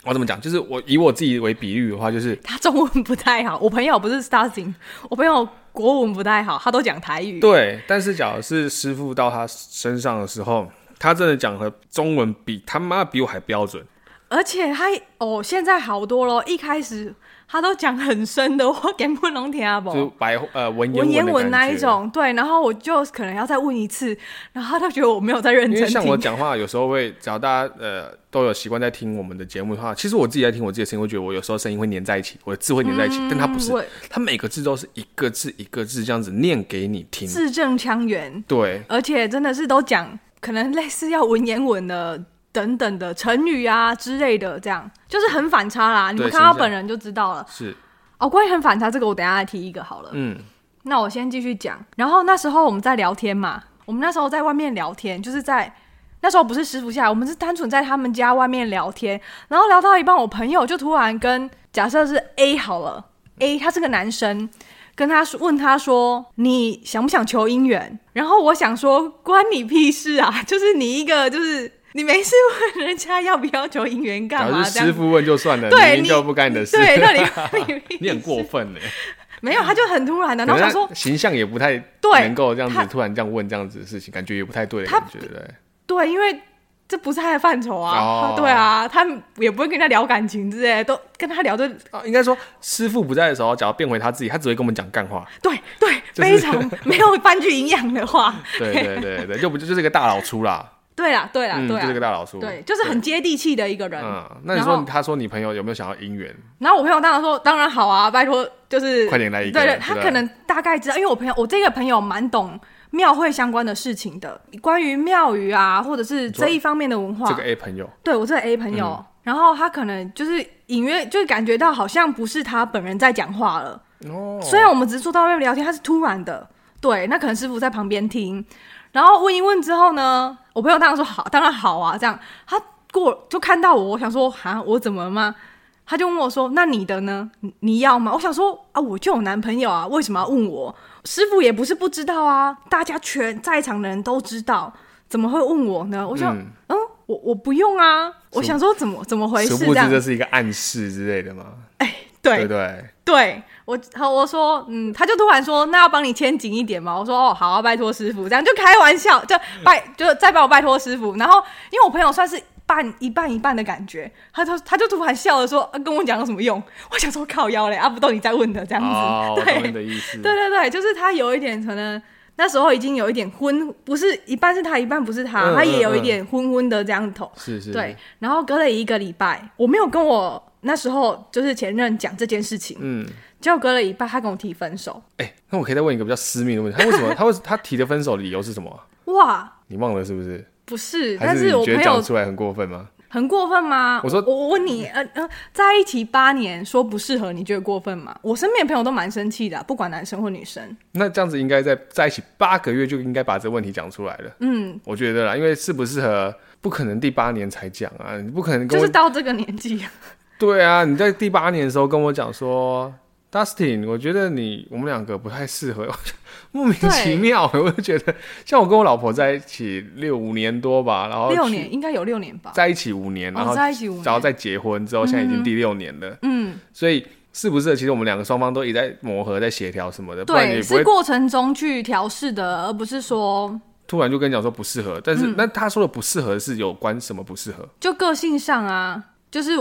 Speaker 1: 我怎么讲，就是我以我自己为比喻的话，就是
Speaker 2: 他中文不太好，我朋友不是 Starting，我朋友国文不太好，他都讲台语。
Speaker 1: 对。但是假如是师傅到他身上的时候，他真的讲的中文比他妈比我还标准。
Speaker 2: 而且他哦，现在好多咯，一开始他都讲很深的，我根本拢听啊不
Speaker 1: 就
Speaker 2: 懂。
Speaker 1: 是白话呃文言
Speaker 2: 哦文言文
Speaker 1: 文的
Speaker 2: 那
Speaker 1: 感
Speaker 2: 一
Speaker 1: 觉，
Speaker 2: 种，对，然后我就可能要再问一次，然后他都觉得我没有在认
Speaker 1: 因
Speaker 2: 真
Speaker 1: 为
Speaker 2: 听
Speaker 1: 像。我讲话，有时候会，只要大家呃都有习惯在听我们的节目的话，其实我自己在听我自己的声音，会觉得我有时候声音会粘在一起，我的字会粘在一起，但它不是
Speaker 2: 嗯我，
Speaker 1: 它每个字都是一个字一个字这样子念给你听。
Speaker 2: 字正腔圆，
Speaker 1: 对，
Speaker 2: 而且真的是都讲可能类似要文言文的等等的成语啊之类的，这样就是很反差啦。你们
Speaker 1: 对
Speaker 2: 看到
Speaker 1: 形象
Speaker 2: 本人就知道了。
Speaker 1: 是，
Speaker 2: 哦，关于很反差这个，我等一下来提一个好了。
Speaker 1: 嗯，
Speaker 2: 那我先继续讲。然后那时候我们在聊天嘛，我们那时候在外面聊天，就是在那时候不是师傅下来，我们是单纯在他们家外面聊天。然后聊到一半，我朋友就突然跟假设是 A 好了，A 他是个男生，跟他说问他说你想不想求姻缘？然后我想说关你屁事啊， 就是你一个就是你没事问人家要不要求姻缘
Speaker 1: 假
Speaker 2: 干
Speaker 1: 如
Speaker 2: 嘛
Speaker 1: 是
Speaker 2: 这
Speaker 1: 师
Speaker 2: 样？
Speaker 1: 傅问就算了，
Speaker 2: 对
Speaker 1: 明明
Speaker 2: 你
Speaker 1: 就不干你的事，
Speaker 2: 对，那你关你
Speaker 1: 你
Speaker 2: 屁
Speaker 1: 很过
Speaker 2: 事
Speaker 1: 分啊呢。
Speaker 2: 没有，他就很突然的，然后我想说
Speaker 1: 可能他形象也不太
Speaker 2: 对
Speaker 1: 能够这样
Speaker 2: 他
Speaker 1: 子突然这样问这样子的事情，感觉也不太对的
Speaker 2: 他
Speaker 1: 感觉，对不对。
Speaker 2: 对，因为这不是他的范畴啊，
Speaker 1: 哦
Speaker 2: 对啊，他也不会跟他聊感情之类的，都跟他聊就
Speaker 1: 啊，应该说师傅不在的时候，假如变回他自己，他只会跟我们讲干话。
Speaker 2: 对对，
Speaker 1: 就是
Speaker 2: 非常没有半句营养的 话。
Speaker 1: 对对对对，就不就是一个大老粗啦。
Speaker 2: 对啦，对啦，
Speaker 1: 嗯，
Speaker 2: 啊对
Speaker 1: 就是
Speaker 2: 啦
Speaker 1: 个。大老叔，
Speaker 2: 对，就是很接地气的一个人。
Speaker 1: 嗯。那你
Speaker 2: 然
Speaker 1: 说
Speaker 2: 后
Speaker 1: 你，他说你朋友有没有想要姻缘？
Speaker 2: 然后我朋友当然说，当然好啊，拜托，就是
Speaker 1: 快点来一个
Speaker 2: 对对，
Speaker 1: 对
Speaker 2: 他
Speaker 1: 不对
Speaker 2: 可能大概知道，因为我朋友，我这个朋友蛮懂庙会相关的事情的，关于庙宇啊，或者是
Speaker 1: 说
Speaker 2: 这一方面的文化。
Speaker 1: 这个 A 朋友，
Speaker 2: 对我这个 A 朋友，然后他可能就是隐约就感觉到好像不是他本人在讲话了。
Speaker 1: 哦，
Speaker 2: 虽然我们只是坐到外面聊天，他是突然的，对，那可能师傅在旁边听，然后问一问之后呢，我朋友当然说好，当然好啊，这样他过就看到我，我想说哈，我怎么了吗？他就问我说：“那你的呢？你你要吗？”我想说啊，我就有男朋友啊，为什么要问我？师傅也不是不知道啊，大家全在场的人都知道，怎么会问我呢？我想，嗯，我我不用啊，我想说怎么怎么回
Speaker 1: 殊
Speaker 2: 事
Speaker 1: 不
Speaker 2: 这样
Speaker 1: 知？这是一个暗示之类的嘛，
Speaker 2: 对
Speaker 1: 对不，对？
Speaker 2: 对我，好，我说，嗯，他就突然说，那要帮你牵紧一点嘛。我说，哦，好、啊，拜托师傅，这样就开玩笑，就
Speaker 1: 嗯
Speaker 2: 拜，就再帮我拜托师傅。然后，因为我朋友算是半一半一半的感觉，他就他就突然笑了说，啊、跟我讲有什么用？我想说靠腰嘞，啊，不都你在问的这样子，
Speaker 1: 哦，我懂你
Speaker 2: 对，
Speaker 1: 的意思。
Speaker 2: 对对对，就是他有一点可能那时候已经有一点昏，不是一半是他，一半不是他，
Speaker 1: 嗯
Speaker 2: 他也有一
Speaker 1: 嗯嗯
Speaker 2: 点昏昏的这样头。
Speaker 1: 是是，
Speaker 2: 对，，然后隔了一个礼拜，我没有跟我那时候就是前任讲这件事情，
Speaker 1: 嗯，
Speaker 2: 结果隔了一拜，他跟我提分手。
Speaker 1: 哎，那我可以再问一个比较私密的问题，他为什么他为他提的分手理由是什么啊？
Speaker 2: 哇，
Speaker 1: 你忘了是不是？
Speaker 2: 不是，但
Speaker 1: 还
Speaker 2: 是
Speaker 1: 你
Speaker 2: 我
Speaker 1: 觉
Speaker 2: 朋
Speaker 1: 得
Speaker 2: 友
Speaker 1: 讲出来很过分吗？
Speaker 2: 很过分吗？
Speaker 1: 我说
Speaker 2: 我我问你，呃呃，在一起八年，说不适合，你觉得过分吗？我身边的朋友都蛮生气的啊、不管男生或女生。
Speaker 1: 那这样子应该在在一起八个月就应该把这问题讲出来了，
Speaker 2: 嗯，
Speaker 1: 我觉得啦，因为适不适合不可能第八年才讲啊，你不可能跟
Speaker 2: 就
Speaker 1: 我、
Speaker 2: 是到这个年纪，
Speaker 1: 对啊，你在第八年的时候跟我讲说，Dustin，我觉得你我们两个不太适合，我就莫名其妙，我就觉得像我跟我老婆在一起六五年多吧，然后
Speaker 2: 六
Speaker 1: 去
Speaker 2: 年应该有六年吧。
Speaker 1: 在一起五年，然后、
Speaker 2: 哦，在一起五年，
Speaker 1: 然后再结婚之后，现在已经第六年了，
Speaker 2: 嗯，
Speaker 1: 所以是不是其实我们两个双方都一直在磨合、在协调什么的，不然你
Speaker 2: 对，
Speaker 1: 也不会
Speaker 2: 是过程中去调试的，而不是说
Speaker 1: 突然就跟你讲说不适合。但
Speaker 2: 嗯
Speaker 1: 是、那他说的不适合是有关什么不适合？
Speaker 2: 就个性上啊，就是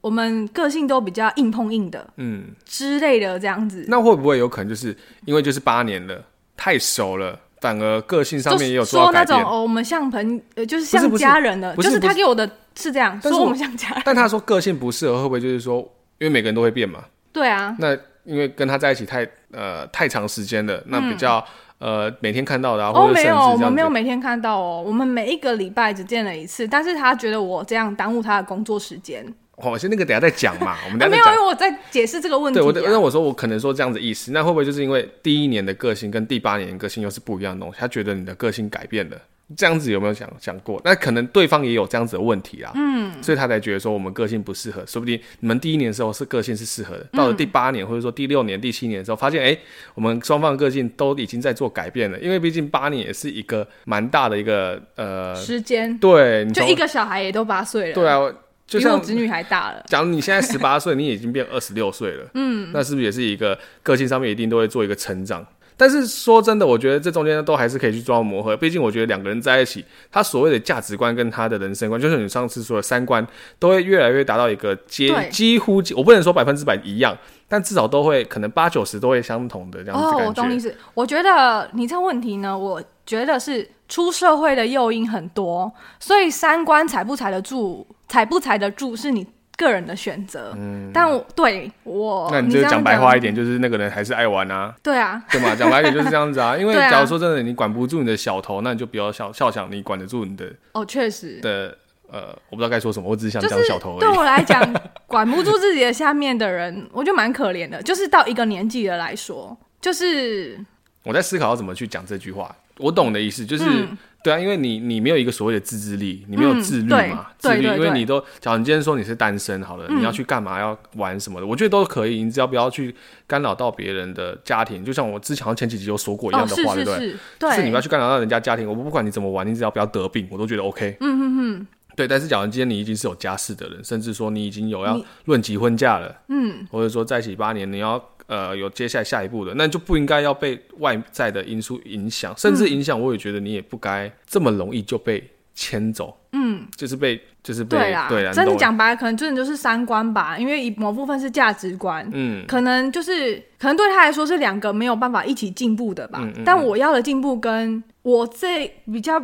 Speaker 2: 我们个性都比较硬碰硬的
Speaker 1: 嗯，
Speaker 2: 之类的这样子。
Speaker 1: 那会不会有可能就是因为就是八年了，太熟了，反而个性上
Speaker 2: 就
Speaker 1: 面也
Speaker 2: 是
Speaker 1: 有
Speaker 2: 说
Speaker 1: 到改
Speaker 2: 那
Speaker 1: 变
Speaker 2: 种？哦，我们像朋呃，就是
Speaker 1: 不是
Speaker 2: 像
Speaker 1: 不是
Speaker 2: 家人的，
Speaker 1: 不是
Speaker 2: 就是
Speaker 1: 不
Speaker 2: 他
Speaker 1: 是
Speaker 2: 给我的是这样
Speaker 1: 但是
Speaker 2: 说，我
Speaker 1: 我
Speaker 2: 们像家 人。
Speaker 1: 但他说个性不适合，会不会就是说，因为每个人都会变嘛？
Speaker 2: 对啊，
Speaker 1: 那因为跟他在一起太呃太长时间了，那比较、呃每天看到的、啊，
Speaker 2: 嗯哦
Speaker 1: 或者
Speaker 2: 没
Speaker 1: 甚至
Speaker 2: 有，我
Speaker 1: 这
Speaker 2: 们
Speaker 1: 样
Speaker 2: 没有
Speaker 1: 子。
Speaker 2: 每天看到哦，我们每一个礼拜只见了一次，但是他觉得我这样耽误他的工作时间。
Speaker 1: 我哦先那个等一下再讲嘛，我们
Speaker 2: 啊
Speaker 1: 等
Speaker 2: 没
Speaker 1: 一
Speaker 2: 有，
Speaker 1: 下
Speaker 2: 因
Speaker 1: 再讲。
Speaker 2: 为我在解释这个问 题、
Speaker 1: 对
Speaker 2: 啊。
Speaker 1: 我呃的，那我说我可能说这样子意思，那会不会就是因为第一年的个性跟第八年的个性又是不一样的东西？他觉得你的个性改变了，这样子有没有想想过？那可能对方也有这样子的问题啊，嗯，所以他才觉得说我们个性不适合，说不定你们第一年的时候是个性是适合的，到了
Speaker 2: 嗯
Speaker 1: 第八年、或者说第六年、第七年的时候，发现哎、诶我们双方的个性都已经在做改变了，因为毕竟八年也是一个蛮大的一个呃，
Speaker 2: 时间
Speaker 1: 对，你
Speaker 2: 就
Speaker 1: 从
Speaker 2: 一个小孩也都八岁了，
Speaker 1: 对啊，就
Speaker 2: 比我
Speaker 1: 像
Speaker 2: 侄女还大了。
Speaker 1: 假如你现在十八岁，你已经变二十六岁了，嗯，那是不是也是一个个性上面一定都会做一个成长？但是说真的，我觉得这中间都还是可以去装磨合。毕竟我觉得两个人在一起，他所谓的价值观跟他的人生观，就是你上次说的三观，都会越来越达到一个接
Speaker 2: 对
Speaker 1: 几乎我不能说百分之百一样，但至少都会可能八九十都会相同的这样子
Speaker 2: 哦，
Speaker 1: 感
Speaker 2: 我懂你意
Speaker 1: 觉。
Speaker 2: 思。我觉得你这个问题呢，我觉得是出社会的诱因很多，所以三观踩不踩得住，踩不踩得住是你个人的选择。嗯，但我对我，
Speaker 1: 那你就
Speaker 2: 这样
Speaker 1: 讲白话一，点，就是那个人还是爱玩 啊，
Speaker 2: 对啊，
Speaker 1: 对嘛？讲白一点就是这样子啊。因为
Speaker 2: 对啊
Speaker 1: 假如说真的你管不住你的小头，那你就不要笑笑想你管得住你的
Speaker 2: 哦，确实。
Speaker 1: 的呃，我不知道该说什么，我只是想
Speaker 2: 就
Speaker 1: 讲
Speaker 2: 是
Speaker 1: 小头而已。
Speaker 2: 对我来 讲，管不住自己的下面的人，我就蛮可怜的。就是到一个年纪了来说，就是
Speaker 1: 我在思考要怎么去讲这句话。我懂的意思就是，
Speaker 2: 嗯
Speaker 1: 对啊，因为你你没有一个所谓的自制力，你没有
Speaker 2: 嗯
Speaker 1: 自律
Speaker 2: 对
Speaker 1: 嘛，自
Speaker 2: 对
Speaker 1: 律，
Speaker 2: 对
Speaker 1: 因为
Speaker 2: 对嗯
Speaker 1: 你都，假如你今天说你是单身好了，你要去干嘛要玩什么的，我觉得都可以，你只要不要去干扰到别人的家庭。就像我之前好像前几集有说过一
Speaker 2: 哦，
Speaker 1: 样的
Speaker 2: 是
Speaker 1: 话，对
Speaker 2: 是
Speaker 1: 不对？
Speaker 2: 是，
Speaker 1: 就是你
Speaker 2: 对
Speaker 1: 不要，去干扰到人家家庭，我不管你怎么玩，你只要不要得病，我都觉得 OK。嗯嗯嗯。对，但是假如今天你已经是有家室的人，甚至说你已经有要
Speaker 2: 你
Speaker 1: 论及婚嫁了，
Speaker 2: 嗯，
Speaker 1: 或者说在一起八年，你要呃有接下来下一步的，那就不应该要被外在的因素影响，甚至影响，我也觉得你也不该这么容易就被牵走，
Speaker 2: 嗯，
Speaker 1: 就是被就是被
Speaker 2: 对啦，
Speaker 1: 啊你
Speaker 2: 真的
Speaker 1: 懂我
Speaker 2: 讲白了，可能真的就是三观吧，因为一某部分是价值观，
Speaker 1: 嗯
Speaker 2: 可能就是可能对他来说是两个没有办法一起进步的
Speaker 1: 嗯
Speaker 2: 吧。但我要的进步跟我这比较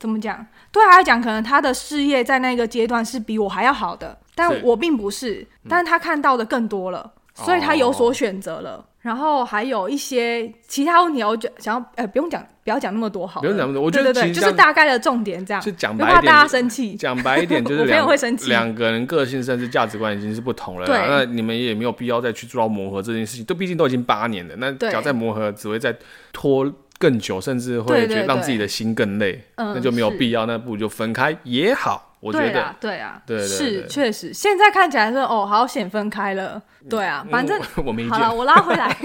Speaker 2: 怎么讲，对他来讲，可能他的事业在那个阶段是比我还要好的，但
Speaker 1: 是嗯哦
Speaker 2: 我并不是，但是他看到的更多了，所以他有所选择了。然后还有一些其他问题，我就想要，呃，不用讲，不要讲那么多好了。
Speaker 1: 不用讲那么多我觉得
Speaker 2: 对对
Speaker 1: 其
Speaker 2: 对，
Speaker 1: 实
Speaker 2: 就是
Speaker 1: 这样
Speaker 2: 大概的重点这样，
Speaker 1: 就讲
Speaker 2: 不
Speaker 1: 白
Speaker 2: 怕
Speaker 1: 一点
Speaker 2: 啊
Speaker 1: 就
Speaker 2: 大家生 气。
Speaker 1: 讲白一点，就是
Speaker 2: 我朋友
Speaker 1: 两
Speaker 2: 会生气
Speaker 1: 两个人个性甚至价值观已经是不同了啦。
Speaker 2: 对
Speaker 1: 那你们也没有必要再去做到磨合这件事情，都毕竟都已经八年了，那
Speaker 2: 对
Speaker 1: 只要再磨合，只会再拖更久，甚至
Speaker 2: 对
Speaker 1: 会觉
Speaker 2: 对
Speaker 1: 得让
Speaker 2: 对
Speaker 1: 自己的心更累，
Speaker 2: 嗯
Speaker 1: 那就没有
Speaker 2: 是
Speaker 1: 必要，那不如就分开也好。我觉
Speaker 2: 对
Speaker 1: 得
Speaker 2: 啊，对啊，
Speaker 1: 对对对嗯
Speaker 2: 是确实，现在看起来是哦，好险分开了，对啊，反正、
Speaker 1: 我我没意
Speaker 2: 好
Speaker 1: 见
Speaker 2: 了，。我拉 回来，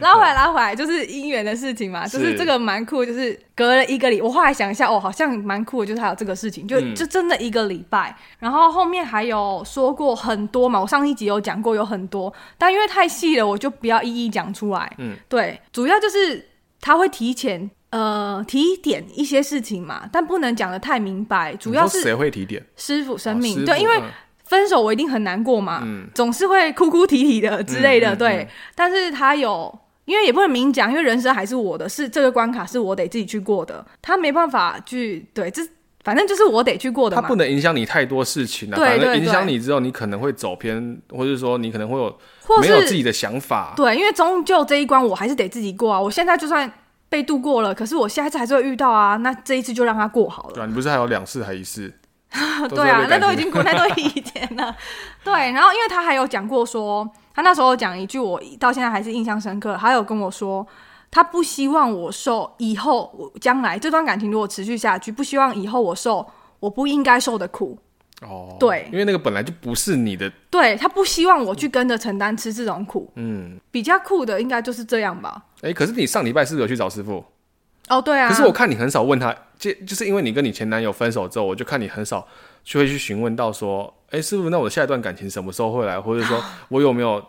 Speaker 2: 拉回来，拉回来，就是姻缘的事情嘛，就是
Speaker 1: 是
Speaker 2: 这个蛮酷，就是隔了一个礼，我后来想一下，哦，好像蛮酷的，就是还有这个事情，就、
Speaker 1: 嗯
Speaker 2: 就真的一个礼拜，然后后面还有说过很多嘛，我上一集有讲过有很多，但因为太细了，我就不要一一讲出来，
Speaker 1: 嗯，
Speaker 2: 对，主要就是他会提前。呃，提点一些事情嘛，但不能讲的太明白，主要
Speaker 1: 你说
Speaker 2: 是
Speaker 1: 谁会提点？
Speaker 2: 师傅生
Speaker 1: 哦
Speaker 2: 命，
Speaker 1: 师
Speaker 2: 对，
Speaker 1: 傅
Speaker 2: 因为
Speaker 1: 嗯
Speaker 2: 分手我一定很难过嘛，总是会哭哭啼啼的之类的，
Speaker 1: 嗯嗯
Speaker 2: 对。但是他有，因为也不能明讲，因为人生还是我的，是这个关卡是我得自己去过的，他没办法去对，这反正就是我得去过的
Speaker 1: 他
Speaker 2: 嘛
Speaker 1: 不，能影响你太多事情啊，
Speaker 2: 对
Speaker 1: 反
Speaker 2: 对
Speaker 1: 正
Speaker 2: 对
Speaker 1: 影响你之后，你可能会走偏，或者说你可能会有
Speaker 2: 或
Speaker 1: 没有自己
Speaker 2: 是
Speaker 1: 的想法。
Speaker 2: 对，因为终究这一关我还是得自己过啊。我现在就算被度过了，可是我下一次还是会遇到啊，那这一次就让他过好了。
Speaker 1: 对啊，你不是还有两次还一次？ 都是
Speaker 2: 对啊
Speaker 1: 被，
Speaker 2: 那
Speaker 1: 赶
Speaker 2: 都已
Speaker 1: 出
Speaker 2: 经过， 那都以前了。 对，然后因为他还有讲过说，他那时候讲一句我到现在还是印象深刻，他有跟我说，他不希望我受以后我将来这段感情如果持续下去，不希望以后我受我不应该受的苦。
Speaker 1: 哦，
Speaker 2: 对
Speaker 1: 因为那个本来就不是你的，
Speaker 2: 对他不希望我去跟着承担吃这种苦，
Speaker 1: 嗯，
Speaker 2: 比较酷的应该就是这样吧。
Speaker 1: 哎、可是你上礼拜是不是有去找师傅？
Speaker 2: 哦，对啊，
Speaker 1: 可是我看你很少问他，就就是因为你跟你前男友分手之后，我就看你很少就会去询问到说，哎、师傅，那我下一段感情什么时候会来，或者说
Speaker 2: 啊
Speaker 1: 我有没有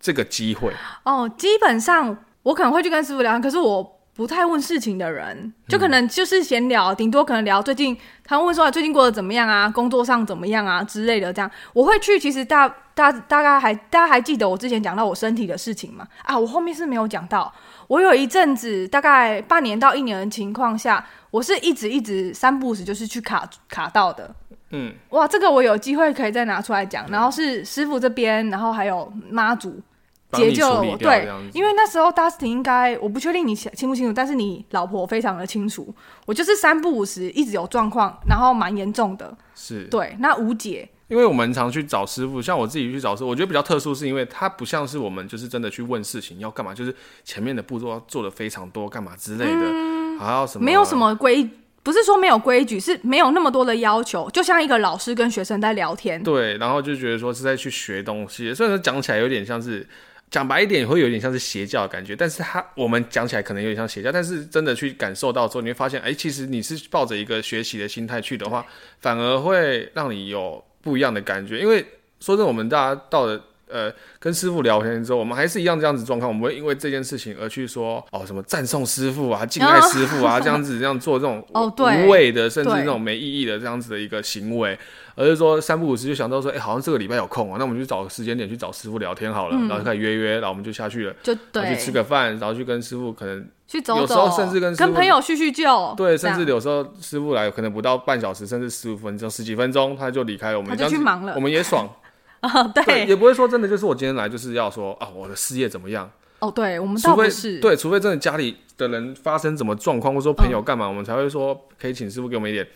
Speaker 1: 这个机会？
Speaker 2: 哦，基本上我可能会去跟师傅聊天，可是我不太问事情的人，就可能就是闲聊，顶多可能聊最近他会问说啊最近过得怎么样啊，工作上怎么样啊之类的这样。我会去，其实大大大概还大家还记得我之前讲到我身体的事情嘛？啊，我后面是没有讲到，我有一阵子大概半年到一年的情况下，我是一直一直三不五时就是去卡卡到的。
Speaker 1: 嗯，
Speaker 2: 哇，这个我有机会可以再拿出来讲。然后是师傅这边，然后还有妈祖，
Speaker 1: 帮
Speaker 2: 解
Speaker 1: 你
Speaker 2: 救了
Speaker 1: 处理
Speaker 2: 我。
Speaker 1: 掉这
Speaker 2: 对
Speaker 1: 样，子，
Speaker 2: 因为那时候 Dustin 应该我不确定你清不清楚，但是你老婆非常的清楚。我就是三不五时一直有状况，然后蛮严重的。
Speaker 1: 是
Speaker 2: 对，那无解。
Speaker 1: 因为我们常去找师傅，像我自己去找师傅，我觉得比较特殊，是因为它不像是我们就是真的去问事情要干嘛，就是前面的步骤要做的非常多，干嘛之类的，还要什么啊
Speaker 2: 嗯没有什么规，不是说没有规矩，是没有那么多的要求。就像一个老师跟学生在聊天，
Speaker 1: 对，然后就觉得说是在去学东西，虽然说讲起来有点像是。讲白一点，会有点像是邪教的感觉，但是它我们讲起来可能有点像邪教，但是真的去感受到之后，你会发现，哎、其实你是抱着一个学习的心态去的话，反而会让你有不一样的感觉。因为说真的，我们大家到了呃跟师傅聊天之后，我们还是一样这样子状况，我们不会因为这件事情而去说哦什么赞颂师傅啊、敬爱
Speaker 2: 哦
Speaker 1: 师傅啊，这样子这样做这种
Speaker 2: 哦对
Speaker 1: 无谓的，甚至
Speaker 2: 对
Speaker 1: 那种没意义的这样子的一个行为。而是说三不五时就想到说，哎、好像这个礼拜有空啊，那我们就找个时间点去找师傅聊天好了，然后就开始约约，然后我们就下去了，
Speaker 2: 就
Speaker 1: 然后
Speaker 2: 嗯对
Speaker 1: 去，吃个饭，然后去跟师傅可能
Speaker 2: 去走
Speaker 1: 有时
Speaker 2: 走，
Speaker 1: 候甚至跟师傅
Speaker 2: 朋友叙叙旧，
Speaker 1: 对，
Speaker 2: 这
Speaker 1: 甚
Speaker 2: 样
Speaker 1: 至有时候师傅来可能不到半小时，甚至十五分钟、十几分钟他就离开了我们，
Speaker 2: 他
Speaker 1: 这
Speaker 2: 就
Speaker 1: 样
Speaker 2: 去
Speaker 1: 子
Speaker 2: 忙了
Speaker 1: 我。们也爽，
Speaker 2: 啊，
Speaker 1: 对，
Speaker 2: 对，
Speaker 1: 也不会说真的就是我今天来就是要说啊我的事业怎么样，
Speaker 2: 哦，对，我们
Speaker 1: 除
Speaker 2: 倒不
Speaker 1: 非
Speaker 2: 是，
Speaker 1: 对，除非真的家里的人发生什么状况，或者说朋
Speaker 2: 嗯
Speaker 1: 友干嘛，我们才会说可以请师傅给我们一点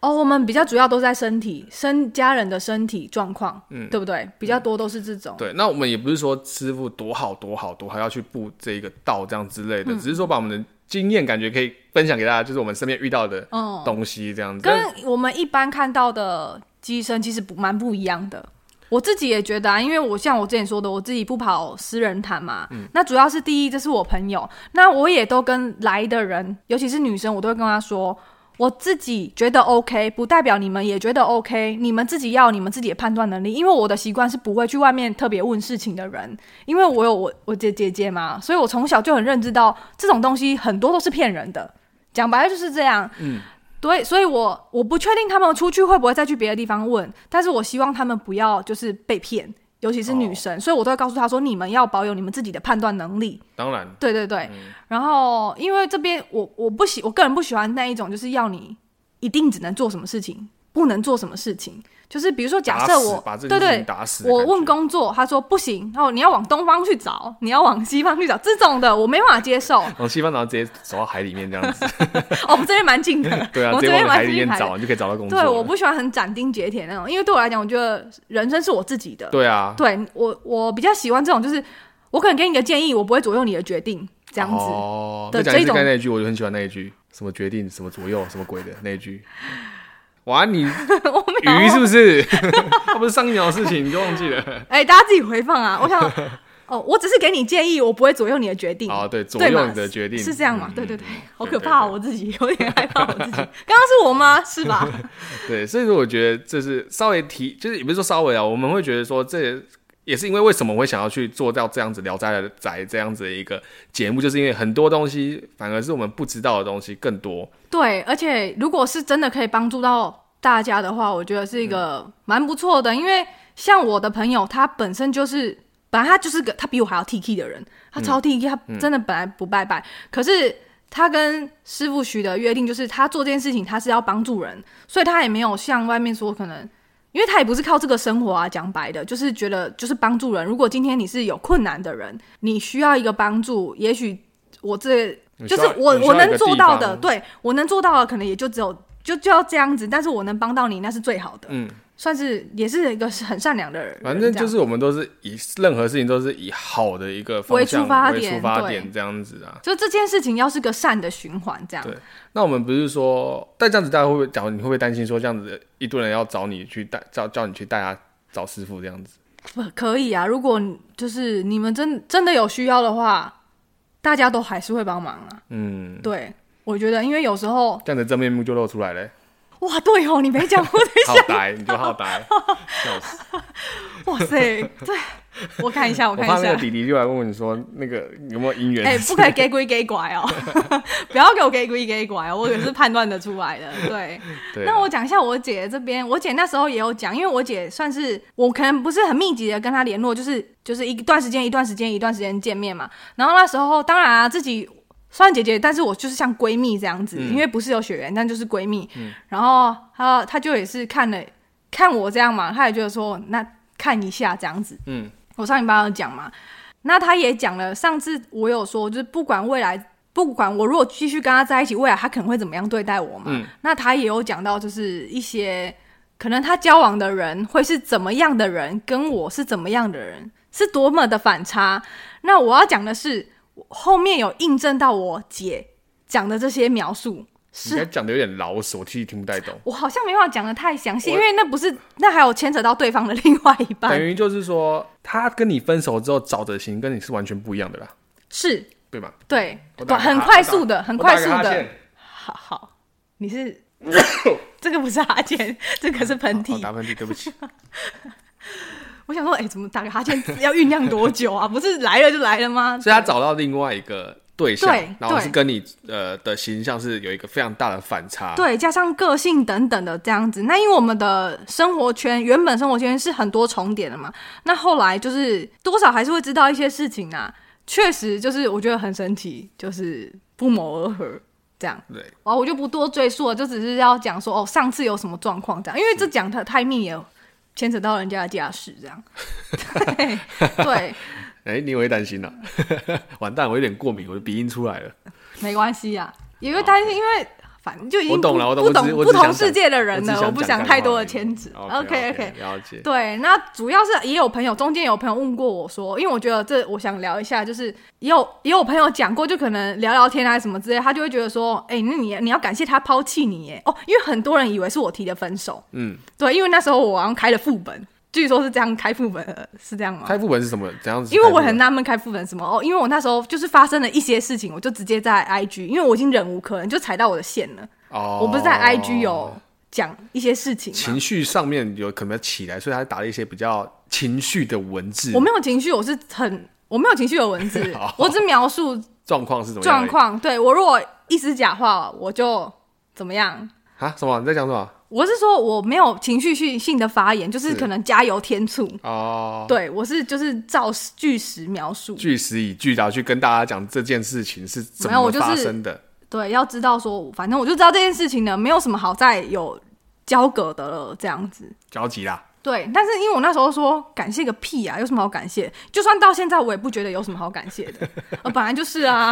Speaker 2: 哦，我们比较主要都在身体、身家人的身体状况，嗯，对不对？比较多都是这种。
Speaker 1: 对，那我们也不是说师傅多好多好多好要去布这一个道这样之类
Speaker 2: 嗯
Speaker 1: 的，只是说把我们的经验感觉可以分享给大家，就是我们身边遇到的
Speaker 2: 嗯，
Speaker 1: 东西这样子。但
Speaker 2: 跟我们一般看到的机身其实不蛮不一样的。我自己也觉得啊，因为我像我之前说的，我自己不跑私人谈嘛，
Speaker 1: 嗯
Speaker 2: 那主要是第一，这是我朋友，那我也都跟来的人，尤其是女生，我都会跟她说。我自己觉得 OK，不代表你们也觉得 OK，你们自己要有你们自己的判断能力。因为我的习惯是不会去外面特别问事情的人，因为我有我我姐姐姐嘛，所以我从小就很认知到这种东西很多都是骗人的，讲白了就是这样。
Speaker 1: 嗯
Speaker 2: 对，所以我我不确定他们出去会不会再去别的地方问，但是我希望他们不要就是被骗，尤其是女
Speaker 1: 哦
Speaker 2: 生，所以我都会告诉她说，你们要保有你们自己的判断能力。
Speaker 1: 当然，
Speaker 2: 对对对，
Speaker 1: 嗯
Speaker 2: 然后因为这边我我不喜，我个人不喜欢那一种，就是要你一定只能做什么事情，不能做什么事情。就是比如说，假
Speaker 1: 打
Speaker 2: 设
Speaker 1: 死
Speaker 2: 我
Speaker 1: 把这
Speaker 2: 对
Speaker 1: 件事
Speaker 2: 对
Speaker 1: 情，打死的
Speaker 2: 我
Speaker 1: 感
Speaker 2: 问
Speaker 1: 觉
Speaker 2: 工作，他说不行，然后你要往东方去找，你要往西方去找，这种的我没办法接受。
Speaker 1: 往哦西方，然后直接走到海里面这 样子，
Speaker 2: 哦，我们这边 蛮近的，
Speaker 1: 对啊，
Speaker 2: 我
Speaker 1: 直接
Speaker 2: 这边
Speaker 1: 往海
Speaker 2: 蛮
Speaker 1: 里
Speaker 2: 近
Speaker 1: 面
Speaker 2: 的。
Speaker 1: 找，你就可以找到工作了。
Speaker 2: 对，我不喜欢很斩钉截铁那种，因为对我来讲，我觉得人生是我自己的。
Speaker 1: 对啊，
Speaker 2: 对我，我比较喜欢这种，就是我可能给你一个建议，我不会左右你的决定，这样子。
Speaker 1: 哦，
Speaker 2: 的
Speaker 1: 再讲一
Speaker 2: 这
Speaker 1: 次
Speaker 2: 种
Speaker 1: 看那一句，我就很喜欢那一句，什么决定，什么左右，什么鬼的那一句。哇， 你
Speaker 2: 我没有
Speaker 1: 鱼是不 是？它不是上一秒的事情，你就忘记了。
Speaker 2: 哎、大家自己回放 啊！我想，哦，我只是给你建议，我不会左右你的决定。
Speaker 1: 哦，对，左
Speaker 2: 对嘛
Speaker 1: 右你的决定
Speaker 2: 是这样嘛？
Speaker 1: 嗯
Speaker 2: 对对对，好
Speaker 1: 对
Speaker 2: 可
Speaker 1: 对
Speaker 2: 怕哦、
Speaker 1: 对
Speaker 2: 我自己有点害怕我自 己。刚刚是我吗？是吧？
Speaker 1: 对，所以说我觉得这是稍微提，就是也不是说稍微啊，我们会觉得说这也也是因为为什么我会想要去做到这样子《聊斋的宅》这样子的一个节目，就是因为很多东西反而是我们不知道的东西更多。
Speaker 2: 对，而且如果是真的可以帮助到大家的话，我觉得是一个蛮不错的。因为像我的朋友，他本身就是，本来他就是个他比我还要 T K 的人，他超 T K，、他真的本来不拜拜，可是他跟师傅许的约定就是，他做这件事情他是要帮助人，所以他也没有像外面说可能。因为他也不是靠这个生活啊，讲白的，就是觉得就是帮助人。如果今天你是有困难的人，你需要一个帮助，也许我这
Speaker 1: 你
Speaker 2: 就
Speaker 1: 需
Speaker 2: 是
Speaker 1: 要
Speaker 2: 我
Speaker 1: 你需
Speaker 2: 我
Speaker 1: 要一
Speaker 2: 能
Speaker 1: 个
Speaker 2: 做
Speaker 1: 地
Speaker 2: 到
Speaker 1: 方
Speaker 2: 的，对我能做到的可能也就只有就就要这样子，但是我能帮到你，那是最好的，
Speaker 1: 嗯，
Speaker 2: 算是也是一个很善良的人，
Speaker 1: 反正
Speaker 2: 这
Speaker 1: 就
Speaker 2: 样
Speaker 1: 是我们都是以任何事情都是以好的一个方
Speaker 2: 为
Speaker 1: 向
Speaker 2: 出发
Speaker 1: 为
Speaker 2: 点
Speaker 1: 出发
Speaker 2: 对
Speaker 1: 点这样子啊。
Speaker 2: 就这件事情要是个善的循环，这样
Speaker 1: 对那我们不是说，但这样子大家会不会，假如你会不会担心说这样子一堆人要找你去带，叫叫你去带他找师傅这样子？
Speaker 2: 不可以啊。如果你就是你们真真的有需要的话，大家都还是会帮忙啊。
Speaker 1: 嗯，
Speaker 2: 对，我觉得因为有时候
Speaker 1: 这样子真面目就露出来了，
Speaker 2: 哇，对哦，你没讲过
Speaker 1: 好呆，你就好呆， 笑死！
Speaker 2: 哇塞，对，我看一下，我
Speaker 1: 我
Speaker 2: 看
Speaker 1: 怕
Speaker 2: 一
Speaker 1: 那个
Speaker 2: 下。
Speaker 1: 弟弟就来问你说那个有没有姻缘？
Speaker 2: 哎、不可以给鬼给拐哦！ 不要给我给鬼给拐哦，我可是判断的出来的。对，
Speaker 1: 对，啊
Speaker 2: 那我讲一下我姐这边，我姐那时候也有讲，因为我姐算是我可能不是很密集的跟她联络，就是就是一段时间一段时间一段时间见面嘛。然后那时候当然啊，自己虽然姐姐，但是我就是像闺蜜这样子，因为不是有血缘，但就是闺蜜。然后她她就也是看了看我这样嘛，她也觉得说那看一下这样子。
Speaker 1: 嗯，
Speaker 2: 我上礼拜有讲嘛，那她也讲了，上次我有说，就是不管未来。不管我如果继续跟她在一起，未来她可能会怎么样对待我嘛？
Speaker 1: 嗯
Speaker 2: 那他也有讲到，就是一些可能他交往的人会是怎么样的人，跟我是怎么样的人，是多么的反差。那我要讲的是，我后面有印证到我姐讲的这些描述，
Speaker 1: 你刚才讲的有点老实，我其实听不太懂。
Speaker 2: 我好像没办法讲的太详细，
Speaker 1: 我
Speaker 2: 因为那不是那还有牵扯到对方的另外一
Speaker 1: 等
Speaker 2: 半，
Speaker 1: 于就是说，他跟你分手之后找的型跟你是完全不一样的啦，
Speaker 2: 是
Speaker 1: 对吧？
Speaker 2: 对
Speaker 1: 我打，个哈
Speaker 2: 很快速的，很快速
Speaker 1: 我打个哈
Speaker 2: 的，
Speaker 1: 欠
Speaker 2: 好好，你是这个不是哈欠，这个是喷
Speaker 1: 好
Speaker 2: 嚏。
Speaker 1: 哦打喷嚏，对不 起。
Speaker 2: 我想说，哎、怎么打个哈欠要酝酿多久啊？不是来了就来了吗？
Speaker 1: 所以他找到另外一个对象
Speaker 2: 对，
Speaker 1: 然后是
Speaker 2: 对
Speaker 1: 跟你呃的形象是有一个非常大的反差。，
Speaker 2: 对，加上个性等等的这样子。那因为我们的生活圈原本生活圈是很多重叠的嘛，那后来就是多少还是会知道一些事情啊。确实，就是我觉得很神奇，就是不谋而合这样。
Speaker 1: 对，
Speaker 2: 然后我就不多赘述了，就只是要讲说哦，上次有什么状况这样，因为这讲的太密也牵扯到人家的家事 这样。对对，
Speaker 1: 哎、你也会担心了、 完蛋，我有点过敏，我的鼻音出来了。
Speaker 2: 没关系啊，也会担心，因为反正就已经
Speaker 1: 我懂
Speaker 2: 不
Speaker 1: 了我懂
Speaker 2: 不
Speaker 1: 我只是
Speaker 2: 懂
Speaker 1: 我
Speaker 2: 不
Speaker 1: 只想
Speaker 2: 同
Speaker 1: 讲
Speaker 2: 世界的人
Speaker 1: 只
Speaker 2: 了，我
Speaker 1: 想
Speaker 2: 不
Speaker 1: 讲
Speaker 2: 想
Speaker 1: 干
Speaker 2: 太
Speaker 1: 话
Speaker 2: 多
Speaker 1: 而
Speaker 2: 的
Speaker 1: 已
Speaker 2: 牵制。
Speaker 1: OK
Speaker 2: OK。
Speaker 1: 了解。
Speaker 2: 对，那主要是也有朋友，中间有朋友问过我说，因为我觉得这我想聊一下，就是也有也有朋友讲过，就可能聊聊天啊什么之类，他就会觉得说，哎、那你你要感谢他抛弃你耶，哦，因为很多人以为是我提的分手，
Speaker 1: 嗯，
Speaker 2: 对，因为那时候我好像开了副本，据说是这样开副本的，是这样吗？
Speaker 1: 开副本是什么？怎样子？
Speaker 2: 因为我很纳闷开副本什么哦，因为我那时候就是发生了一些事情，我就直接在 IG，因为我已经忍无可忍，就踩到我的线了。
Speaker 1: 哦，
Speaker 2: 我不是在 IG 有讲一些事情吗？
Speaker 1: 情绪上面有可能要起来，所以他打了一些比较情绪的文字
Speaker 2: 我。没有情绪，我是很我没有情绪的文 字
Speaker 1: 好，
Speaker 2: 我只描述
Speaker 1: 状况是怎么样而
Speaker 2: 状
Speaker 1: 已？
Speaker 2: 况。对我如果一时假话，我就怎么样？
Speaker 1: 啊？什么？你在讲什么？
Speaker 2: 我是说我没有情绪性性的发言，就是
Speaker 1: 是
Speaker 2: 可能加油添醋。
Speaker 1: 哦，
Speaker 2: 对我是就是照据实描述。
Speaker 1: 据实以据，然后去跟大家讲这件事情是怎
Speaker 2: 没有
Speaker 1: 么
Speaker 2: 我就是
Speaker 1: 发生的。
Speaker 2: 对，要知道说，反正我就知道这件事情呢，没有什么好再有交葛的了，这样子。
Speaker 1: 着急啦，
Speaker 2: 对，但是因为我那时候说感谢个屁啊，有什么好感谢？就算到现在，我也不觉得有什么好感谢的。呃，本来就是啊，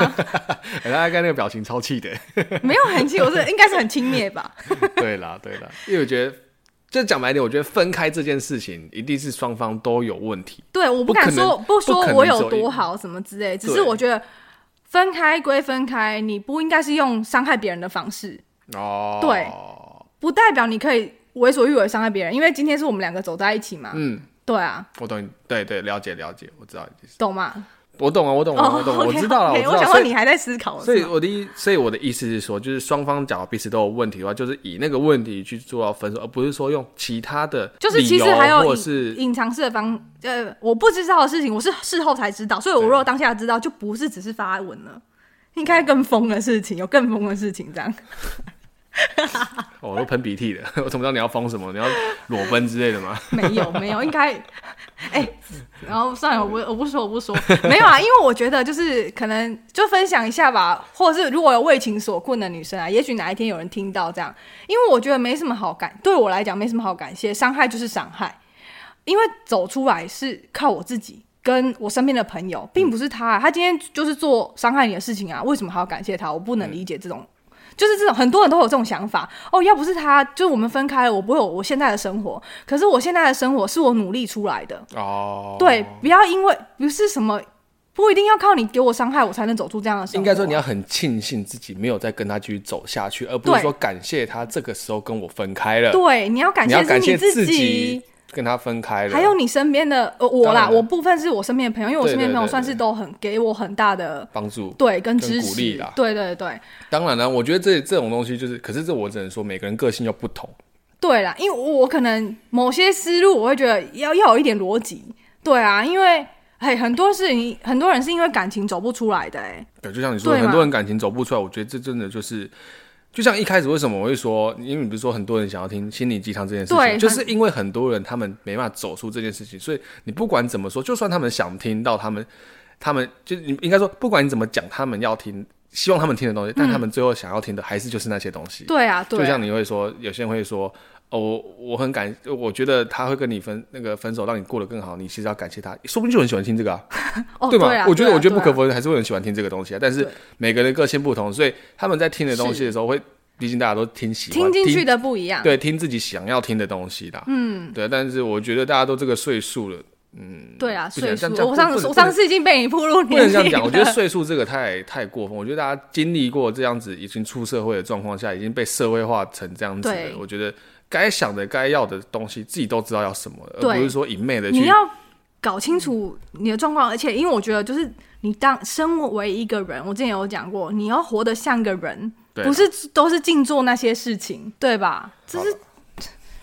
Speaker 1: 哎大家看那个表情超气 的。
Speaker 2: 没有很气，我是应该是很轻蔑吧？
Speaker 1: 对啦，对啦，因为我觉得，就讲白一点，我觉得分开这件事情一定是双方都有问题。
Speaker 2: 对，我
Speaker 1: 不
Speaker 2: 敢
Speaker 1: 可能
Speaker 2: 说不说
Speaker 1: 不可能
Speaker 2: 我
Speaker 1: 只
Speaker 2: 有
Speaker 1: 有
Speaker 2: 多
Speaker 1: 一
Speaker 2: 好什么之类，只是
Speaker 1: 对
Speaker 2: 我觉得分开归分开，你不应该是用伤害别人的方式，
Speaker 1: 哦，
Speaker 2: 对，不代表你可以为所欲为伤害别人，因为今天是我们两个走在一起嘛。
Speaker 1: 嗯，
Speaker 2: 对啊，
Speaker 1: 我懂你，对对，了解了解，我知道你的意思，
Speaker 2: 懂吗？
Speaker 1: 我懂啊，我懂啊， 我懂啊，
Speaker 2: 哦
Speaker 1: 我知道了，
Speaker 2: ，OK，
Speaker 1: 知道。
Speaker 2: 我想
Speaker 1: 所
Speaker 2: 说
Speaker 1: 以
Speaker 2: 你还在思考，
Speaker 1: 所
Speaker 2: 是
Speaker 1: 以
Speaker 2: 吗
Speaker 1: 我的意，所以我的意思是说，就是双方假如彼此都有问题的话，就是以那个问题去做到分手，而不是说用其他的
Speaker 2: 就是
Speaker 1: 理
Speaker 2: 其实
Speaker 1: 由
Speaker 2: 还有
Speaker 1: 或者
Speaker 2: 隐
Speaker 1: 是
Speaker 2: 隐藏式的方，呃，我不知道的事情，我是事后才知道，所以我
Speaker 1: 对
Speaker 2: 如果当下知道，就不是只是发文了，应该更疯的事情，有更疯的事情这样。
Speaker 1: 哦我都喷鼻涕的， 我怎么知道你要封什么？你要裸奔之类的吗？
Speaker 2: 没有没有，应该，哎、然后算了，我不我不说我不说，没有啊，因为我觉得就是可能就分享一下吧，或者是如果有为情所困的女生啊，也许哪一天有人听到这样，因为我觉得没什么好感，对我来讲没什么好感谢，伤害就是伤害，因为走出来是靠我自己。跟我身边的朋友，并不是他啊、他今天就是做伤害你的事情啊，为什么还要感谢他？我不能理解这种就是这种很多人都有这种想法哦。要不是他，就是我们分开了，我不会有我现在的生活。可是我现在的生活是我努力出来的，
Speaker 1: 哦，
Speaker 2: 对，，不要因为不是什么，不一定要靠你给我伤害我才能走出这样的生活。
Speaker 1: 应该说你要很庆幸自己没有再跟他继续走下去，而不是
Speaker 2: 对
Speaker 1: 说感谢他这个时候跟我分开了，
Speaker 2: 对，你要感
Speaker 1: 你
Speaker 2: 谢
Speaker 1: 要
Speaker 2: 是
Speaker 1: 感谢
Speaker 2: 你
Speaker 1: 自
Speaker 2: 己
Speaker 1: 己。跟他分开了，
Speaker 2: 还有你身边的呃我
Speaker 1: 当
Speaker 2: 啦，
Speaker 1: 然了
Speaker 2: 我部分是我身边的朋友，因为我
Speaker 1: 对
Speaker 2: 身边的
Speaker 1: 对
Speaker 2: 朋友
Speaker 1: 对
Speaker 2: 算是
Speaker 1: 对
Speaker 2: 都很给我很大的
Speaker 1: 帮助。
Speaker 2: 对跟
Speaker 1: 跟
Speaker 2: 支
Speaker 1: 鼓
Speaker 2: 持
Speaker 1: 励啦，
Speaker 2: 对对对
Speaker 1: 当然了，我觉得这这种东西就是，可是这我只能说每个人个性又不同。
Speaker 2: 对啦，因为我我可能某些思路我会觉得要要有一点逻辑，对啊，因为哎很多事情很多人是因为感情走不出来的哎、
Speaker 1: 对，就像你说，
Speaker 2: 对嘛
Speaker 1: 很多人感情走不出来，我觉得这真的就是，就像一开始为什么我会说，因为你不是说很多人想要听心理鸡汤这件事
Speaker 2: 对
Speaker 1: 情，就
Speaker 2: 很
Speaker 1: 是因为很多人他们没办法走出这件事情，所以你不管怎么说，就算他们想听到他们，他们就你应该说，不管你怎么讲，他们要听，希望他们听的东西，但他们最后想要听的还是就是那些东西。
Speaker 2: 对啊嗯对
Speaker 1: 就
Speaker 2: 啊
Speaker 1: 像你会说，有些人会说，哦，我我很感，我觉得他会跟你分那个分手，让你过得更好，你其实要感谢他，说不定就很喜欢听这个啊，
Speaker 2: 哦
Speaker 1: 对吧？
Speaker 2: 啊，
Speaker 1: 我觉得、
Speaker 2: 对啊
Speaker 1: 我觉得不
Speaker 2: 对
Speaker 1: 可
Speaker 2: 啊
Speaker 1: 否认，还是会很喜欢听这个东西啊。但是
Speaker 2: 对
Speaker 1: 每个人的个性不同，所以他们在听的东西的时候会，毕竟大家都听喜欢
Speaker 2: 听进去的不一样，
Speaker 1: 对，听自己想要听的东西的，嗯，对。但是我觉得大家都这个岁数 了，
Speaker 2: 对啊，
Speaker 1: 不行
Speaker 2: 岁数
Speaker 1: 这样这样
Speaker 2: 我
Speaker 1: 不
Speaker 2: 上
Speaker 1: 不
Speaker 2: 次
Speaker 1: 能
Speaker 2: 我上次已经被你铺路
Speaker 1: 不
Speaker 2: 年
Speaker 1: 能这样
Speaker 2: 龄
Speaker 1: 讲。我觉得
Speaker 2: 了
Speaker 1: 岁数这个太太过分。我觉得大家经历过这样子已经出社会的状况下，已经被社会化成这样子的
Speaker 2: 对，
Speaker 1: 我觉得该想的、该要的东西，自己都知道要什么了，而
Speaker 2: 对
Speaker 1: 不是说一昧的
Speaker 2: 你
Speaker 1: 去。
Speaker 2: 要搞清楚你的状况，而且因为我觉得就是你当身为一个人，我之前有讲过，你要活得像个人，
Speaker 1: 对啊
Speaker 2: 不
Speaker 1: 啦
Speaker 2: 是都是尽做那些事情，对吧？这是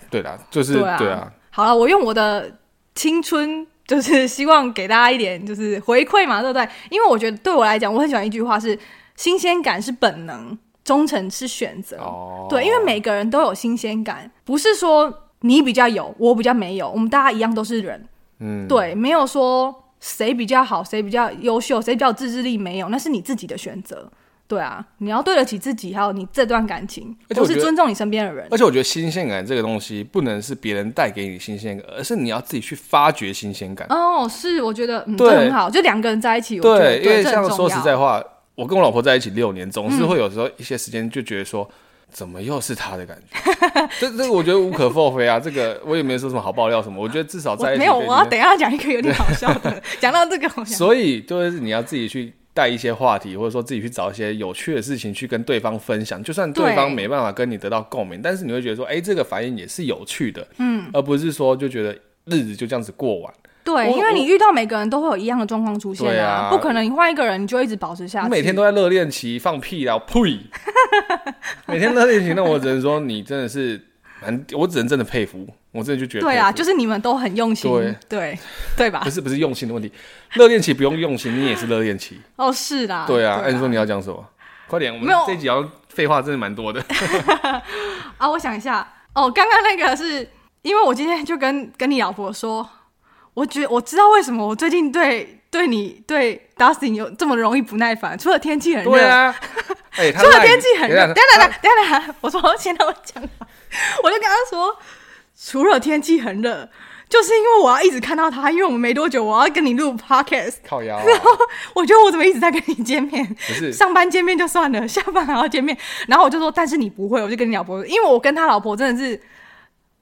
Speaker 1: 对啦，就是
Speaker 2: 对啊
Speaker 1: 对啊，
Speaker 2: 好了，我用我的青春。就是希望给大家一点就是回馈嘛，对不对？因为我觉得对我来讲，我很喜欢一句话是：新鲜感是本能，忠诚是选择。
Speaker 1: 哦，
Speaker 2: 对，因为每个人都有新鲜感，不是说你比较有，我比较没有，我们大家一样都是人，
Speaker 1: 嗯，
Speaker 2: 对，没有说谁比较好，谁比较优秀，谁比较有自制力，没有，那是你自己的选择。对啊，你要对得起自己，还有你这段感情，
Speaker 1: 而且
Speaker 2: 或
Speaker 1: 我
Speaker 2: 是
Speaker 1: 觉得
Speaker 2: 尊重你身边的人
Speaker 1: 而。且我觉得新鲜感这个东西不能是别人带给你新鲜感，而是你要自己去发掘新鲜感。
Speaker 2: 哦，是，我觉得嗯，这
Speaker 1: 对
Speaker 2: 很好，就两个人在一起，我觉得
Speaker 1: 对，因为
Speaker 2: 这很
Speaker 1: 像
Speaker 2: 重
Speaker 1: 说实
Speaker 2: 要嗯
Speaker 1: 在话，我跟我老婆在一起六年，总是会有时候一些时间就觉得说。怎么又是他的感觉？ 这这个我觉得无可厚非啊，这个我也没说什么好爆料什么，我觉得至少
Speaker 2: 我
Speaker 1: 在一起
Speaker 2: 没有，
Speaker 1: 可以
Speaker 2: 我要等一下讲一个有点好笑 的，讲到这个，我想
Speaker 1: 所以就是你要自己去带一些话题，或者说自己去找一些有趣的事情去跟对方分享。就算对方
Speaker 2: 对
Speaker 1: 没办法跟你得到共鸣，但是你会觉得说，哎、这个反应也是有趣的，嗯，而不是说就觉得日子就这样子过完。
Speaker 2: 对，
Speaker 1: 我
Speaker 2: 因为
Speaker 1: 我
Speaker 2: 你遇到每个人都会有一样的状况出现
Speaker 1: 对啊
Speaker 2: 不可能你换一个人你就一直保持下
Speaker 1: 我
Speaker 2: 去。
Speaker 1: 每天都在热恋期，放屁啦，我 呸！每天热恋期，那我只能说你真的是蛮，我只能真的佩服，我真的就觉得
Speaker 2: 对
Speaker 1: 佩
Speaker 2: 啊，
Speaker 1: 服
Speaker 2: 就是你们都很用心，
Speaker 1: 对
Speaker 2: 对对吧
Speaker 1: 不？是不是用心的问题，热恋期不用用心，你也是热恋 期，
Speaker 2: 哦，是啦，
Speaker 1: 对啊。
Speaker 2: 啦
Speaker 1: 哎、你说你要讲什么？快点，我
Speaker 2: 没
Speaker 1: 们
Speaker 2: 有
Speaker 1: 这一集要废话真的蛮多的。
Speaker 2: 啊，我想一下，哦，刚刚那个是因为我今天就跟跟你老婆说，我觉我知道为什么我最近对对你对 Dustin 有这么容易不耐烦，除了天气很热，
Speaker 1: 对啊， 哎、他
Speaker 2: 除了
Speaker 1: 赖
Speaker 2: 天
Speaker 1: 你
Speaker 2: 气很
Speaker 1: 等一
Speaker 2: 热，
Speaker 1: 下
Speaker 2: 等一下等一下等一下等一下，我说先让我讲完， 我就跟他说，除了天气很热，就是因为我要一直看到他，因为我们没多久我要跟你录 podcast，
Speaker 1: 靠 腰啊、
Speaker 2: 我觉得我怎么一直在跟你见面？
Speaker 1: 不是
Speaker 2: 上班见面就算了，下班还要见面。然后我就说，但是你不会，我就跟你老婆说，因为我跟他老婆真的是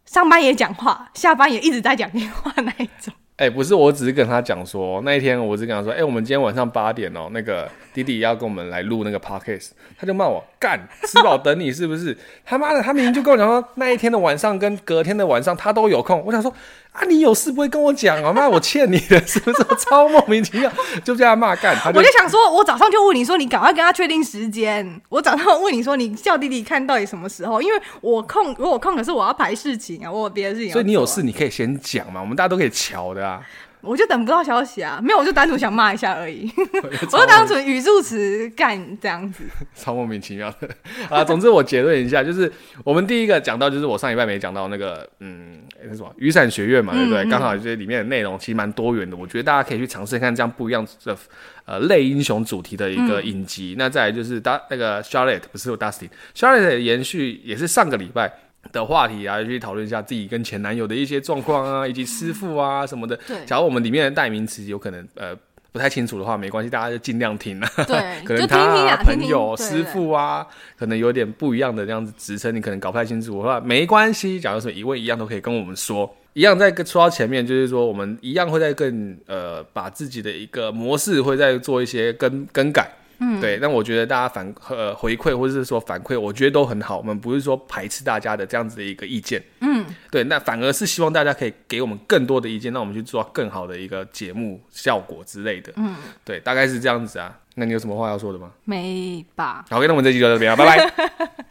Speaker 2: 上班也讲话，下班也一直在讲电话那一种。
Speaker 1: 哎、不是，我只是跟他讲说，那一天我只是跟他说，哎、我们今天晚上八点哦、那个弟弟要跟我们来录那个 podcast，他就骂我干，吃饱等你是不是？他妈的，他明明就跟我讲说那一天的晚上跟隔天的晚上他都有空，我想说啊，你有事不会跟我讲啊？妈，我欠你的是不是？我超莫名其妙，就这样骂干，他就
Speaker 2: 我就想说，我早上就问你说，你赶快跟他确定时间。我早上问你说，你叫弟弟看到底什么时候？因为我空，我有空，可是我要排事情啊，我有别的事情要做
Speaker 1: 所
Speaker 2: 啊。
Speaker 1: 以你有事你可以先讲嘛，我们大家都可以瞧的啊。
Speaker 2: 我就等不到消息啊，没有，我就单独想骂一下 而已，我就当成语助词干这样子。
Speaker 1: 超莫名其妙的 啊！总之我结论一下，就是我们第一个讲到，就是我上礼拜没讲到那个，嗯，诶那什么雨伞学院嘛，对不对？刚、好这里面的内容其实蛮多元的，我觉得大家可以去尝试看这样不一样的呃类英雄主题的一个影集。那再来就是大那个 Charlotte 不是 Dustin，Charlotte 的延续也是上个礼拜。的话题啊，去讨论一下自己跟前男友的一些状况啊，以及师傅啊什么的。
Speaker 2: 对
Speaker 1: 假如我们里面的代名词有可能呃不太清楚的话，没关系，大家就尽量听啊。
Speaker 2: 对，
Speaker 1: 可
Speaker 2: 就
Speaker 1: 能
Speaker 2: 听
Speaker 1: 他、
Speaker 2: 听啊，听
Speaker 1: 朋
Speaker 2: 听
Speaker 1: 友、
Speaker 2: 对
Speaker 1: 师
Speaker 2: 对
Speaker 1: 傅啊，可能有点不一样的这样子职称，你可能搞不太清楚的话，没关系，假如说疑问一样都可以跟我们说。一样在跟说到前面，就是说我们一样会在更呃把自己的一个模式会再做一些更更改。嗯，对，那我觉得大家反呃回馈或者是说反馈，我觉得都很好。我们不是说排斥大家的这样子的一个意见，嗯，对，那反而是希望大家可以给我们更多的意见，让我们去做到更好的一个节目效果之类的。嗯，对，大概是这样子啊。那你有什么话要说的吗？
Speaker 2: 没吧？
Speaker 1: 好，OK，那我们这期就到这边了，拜拜。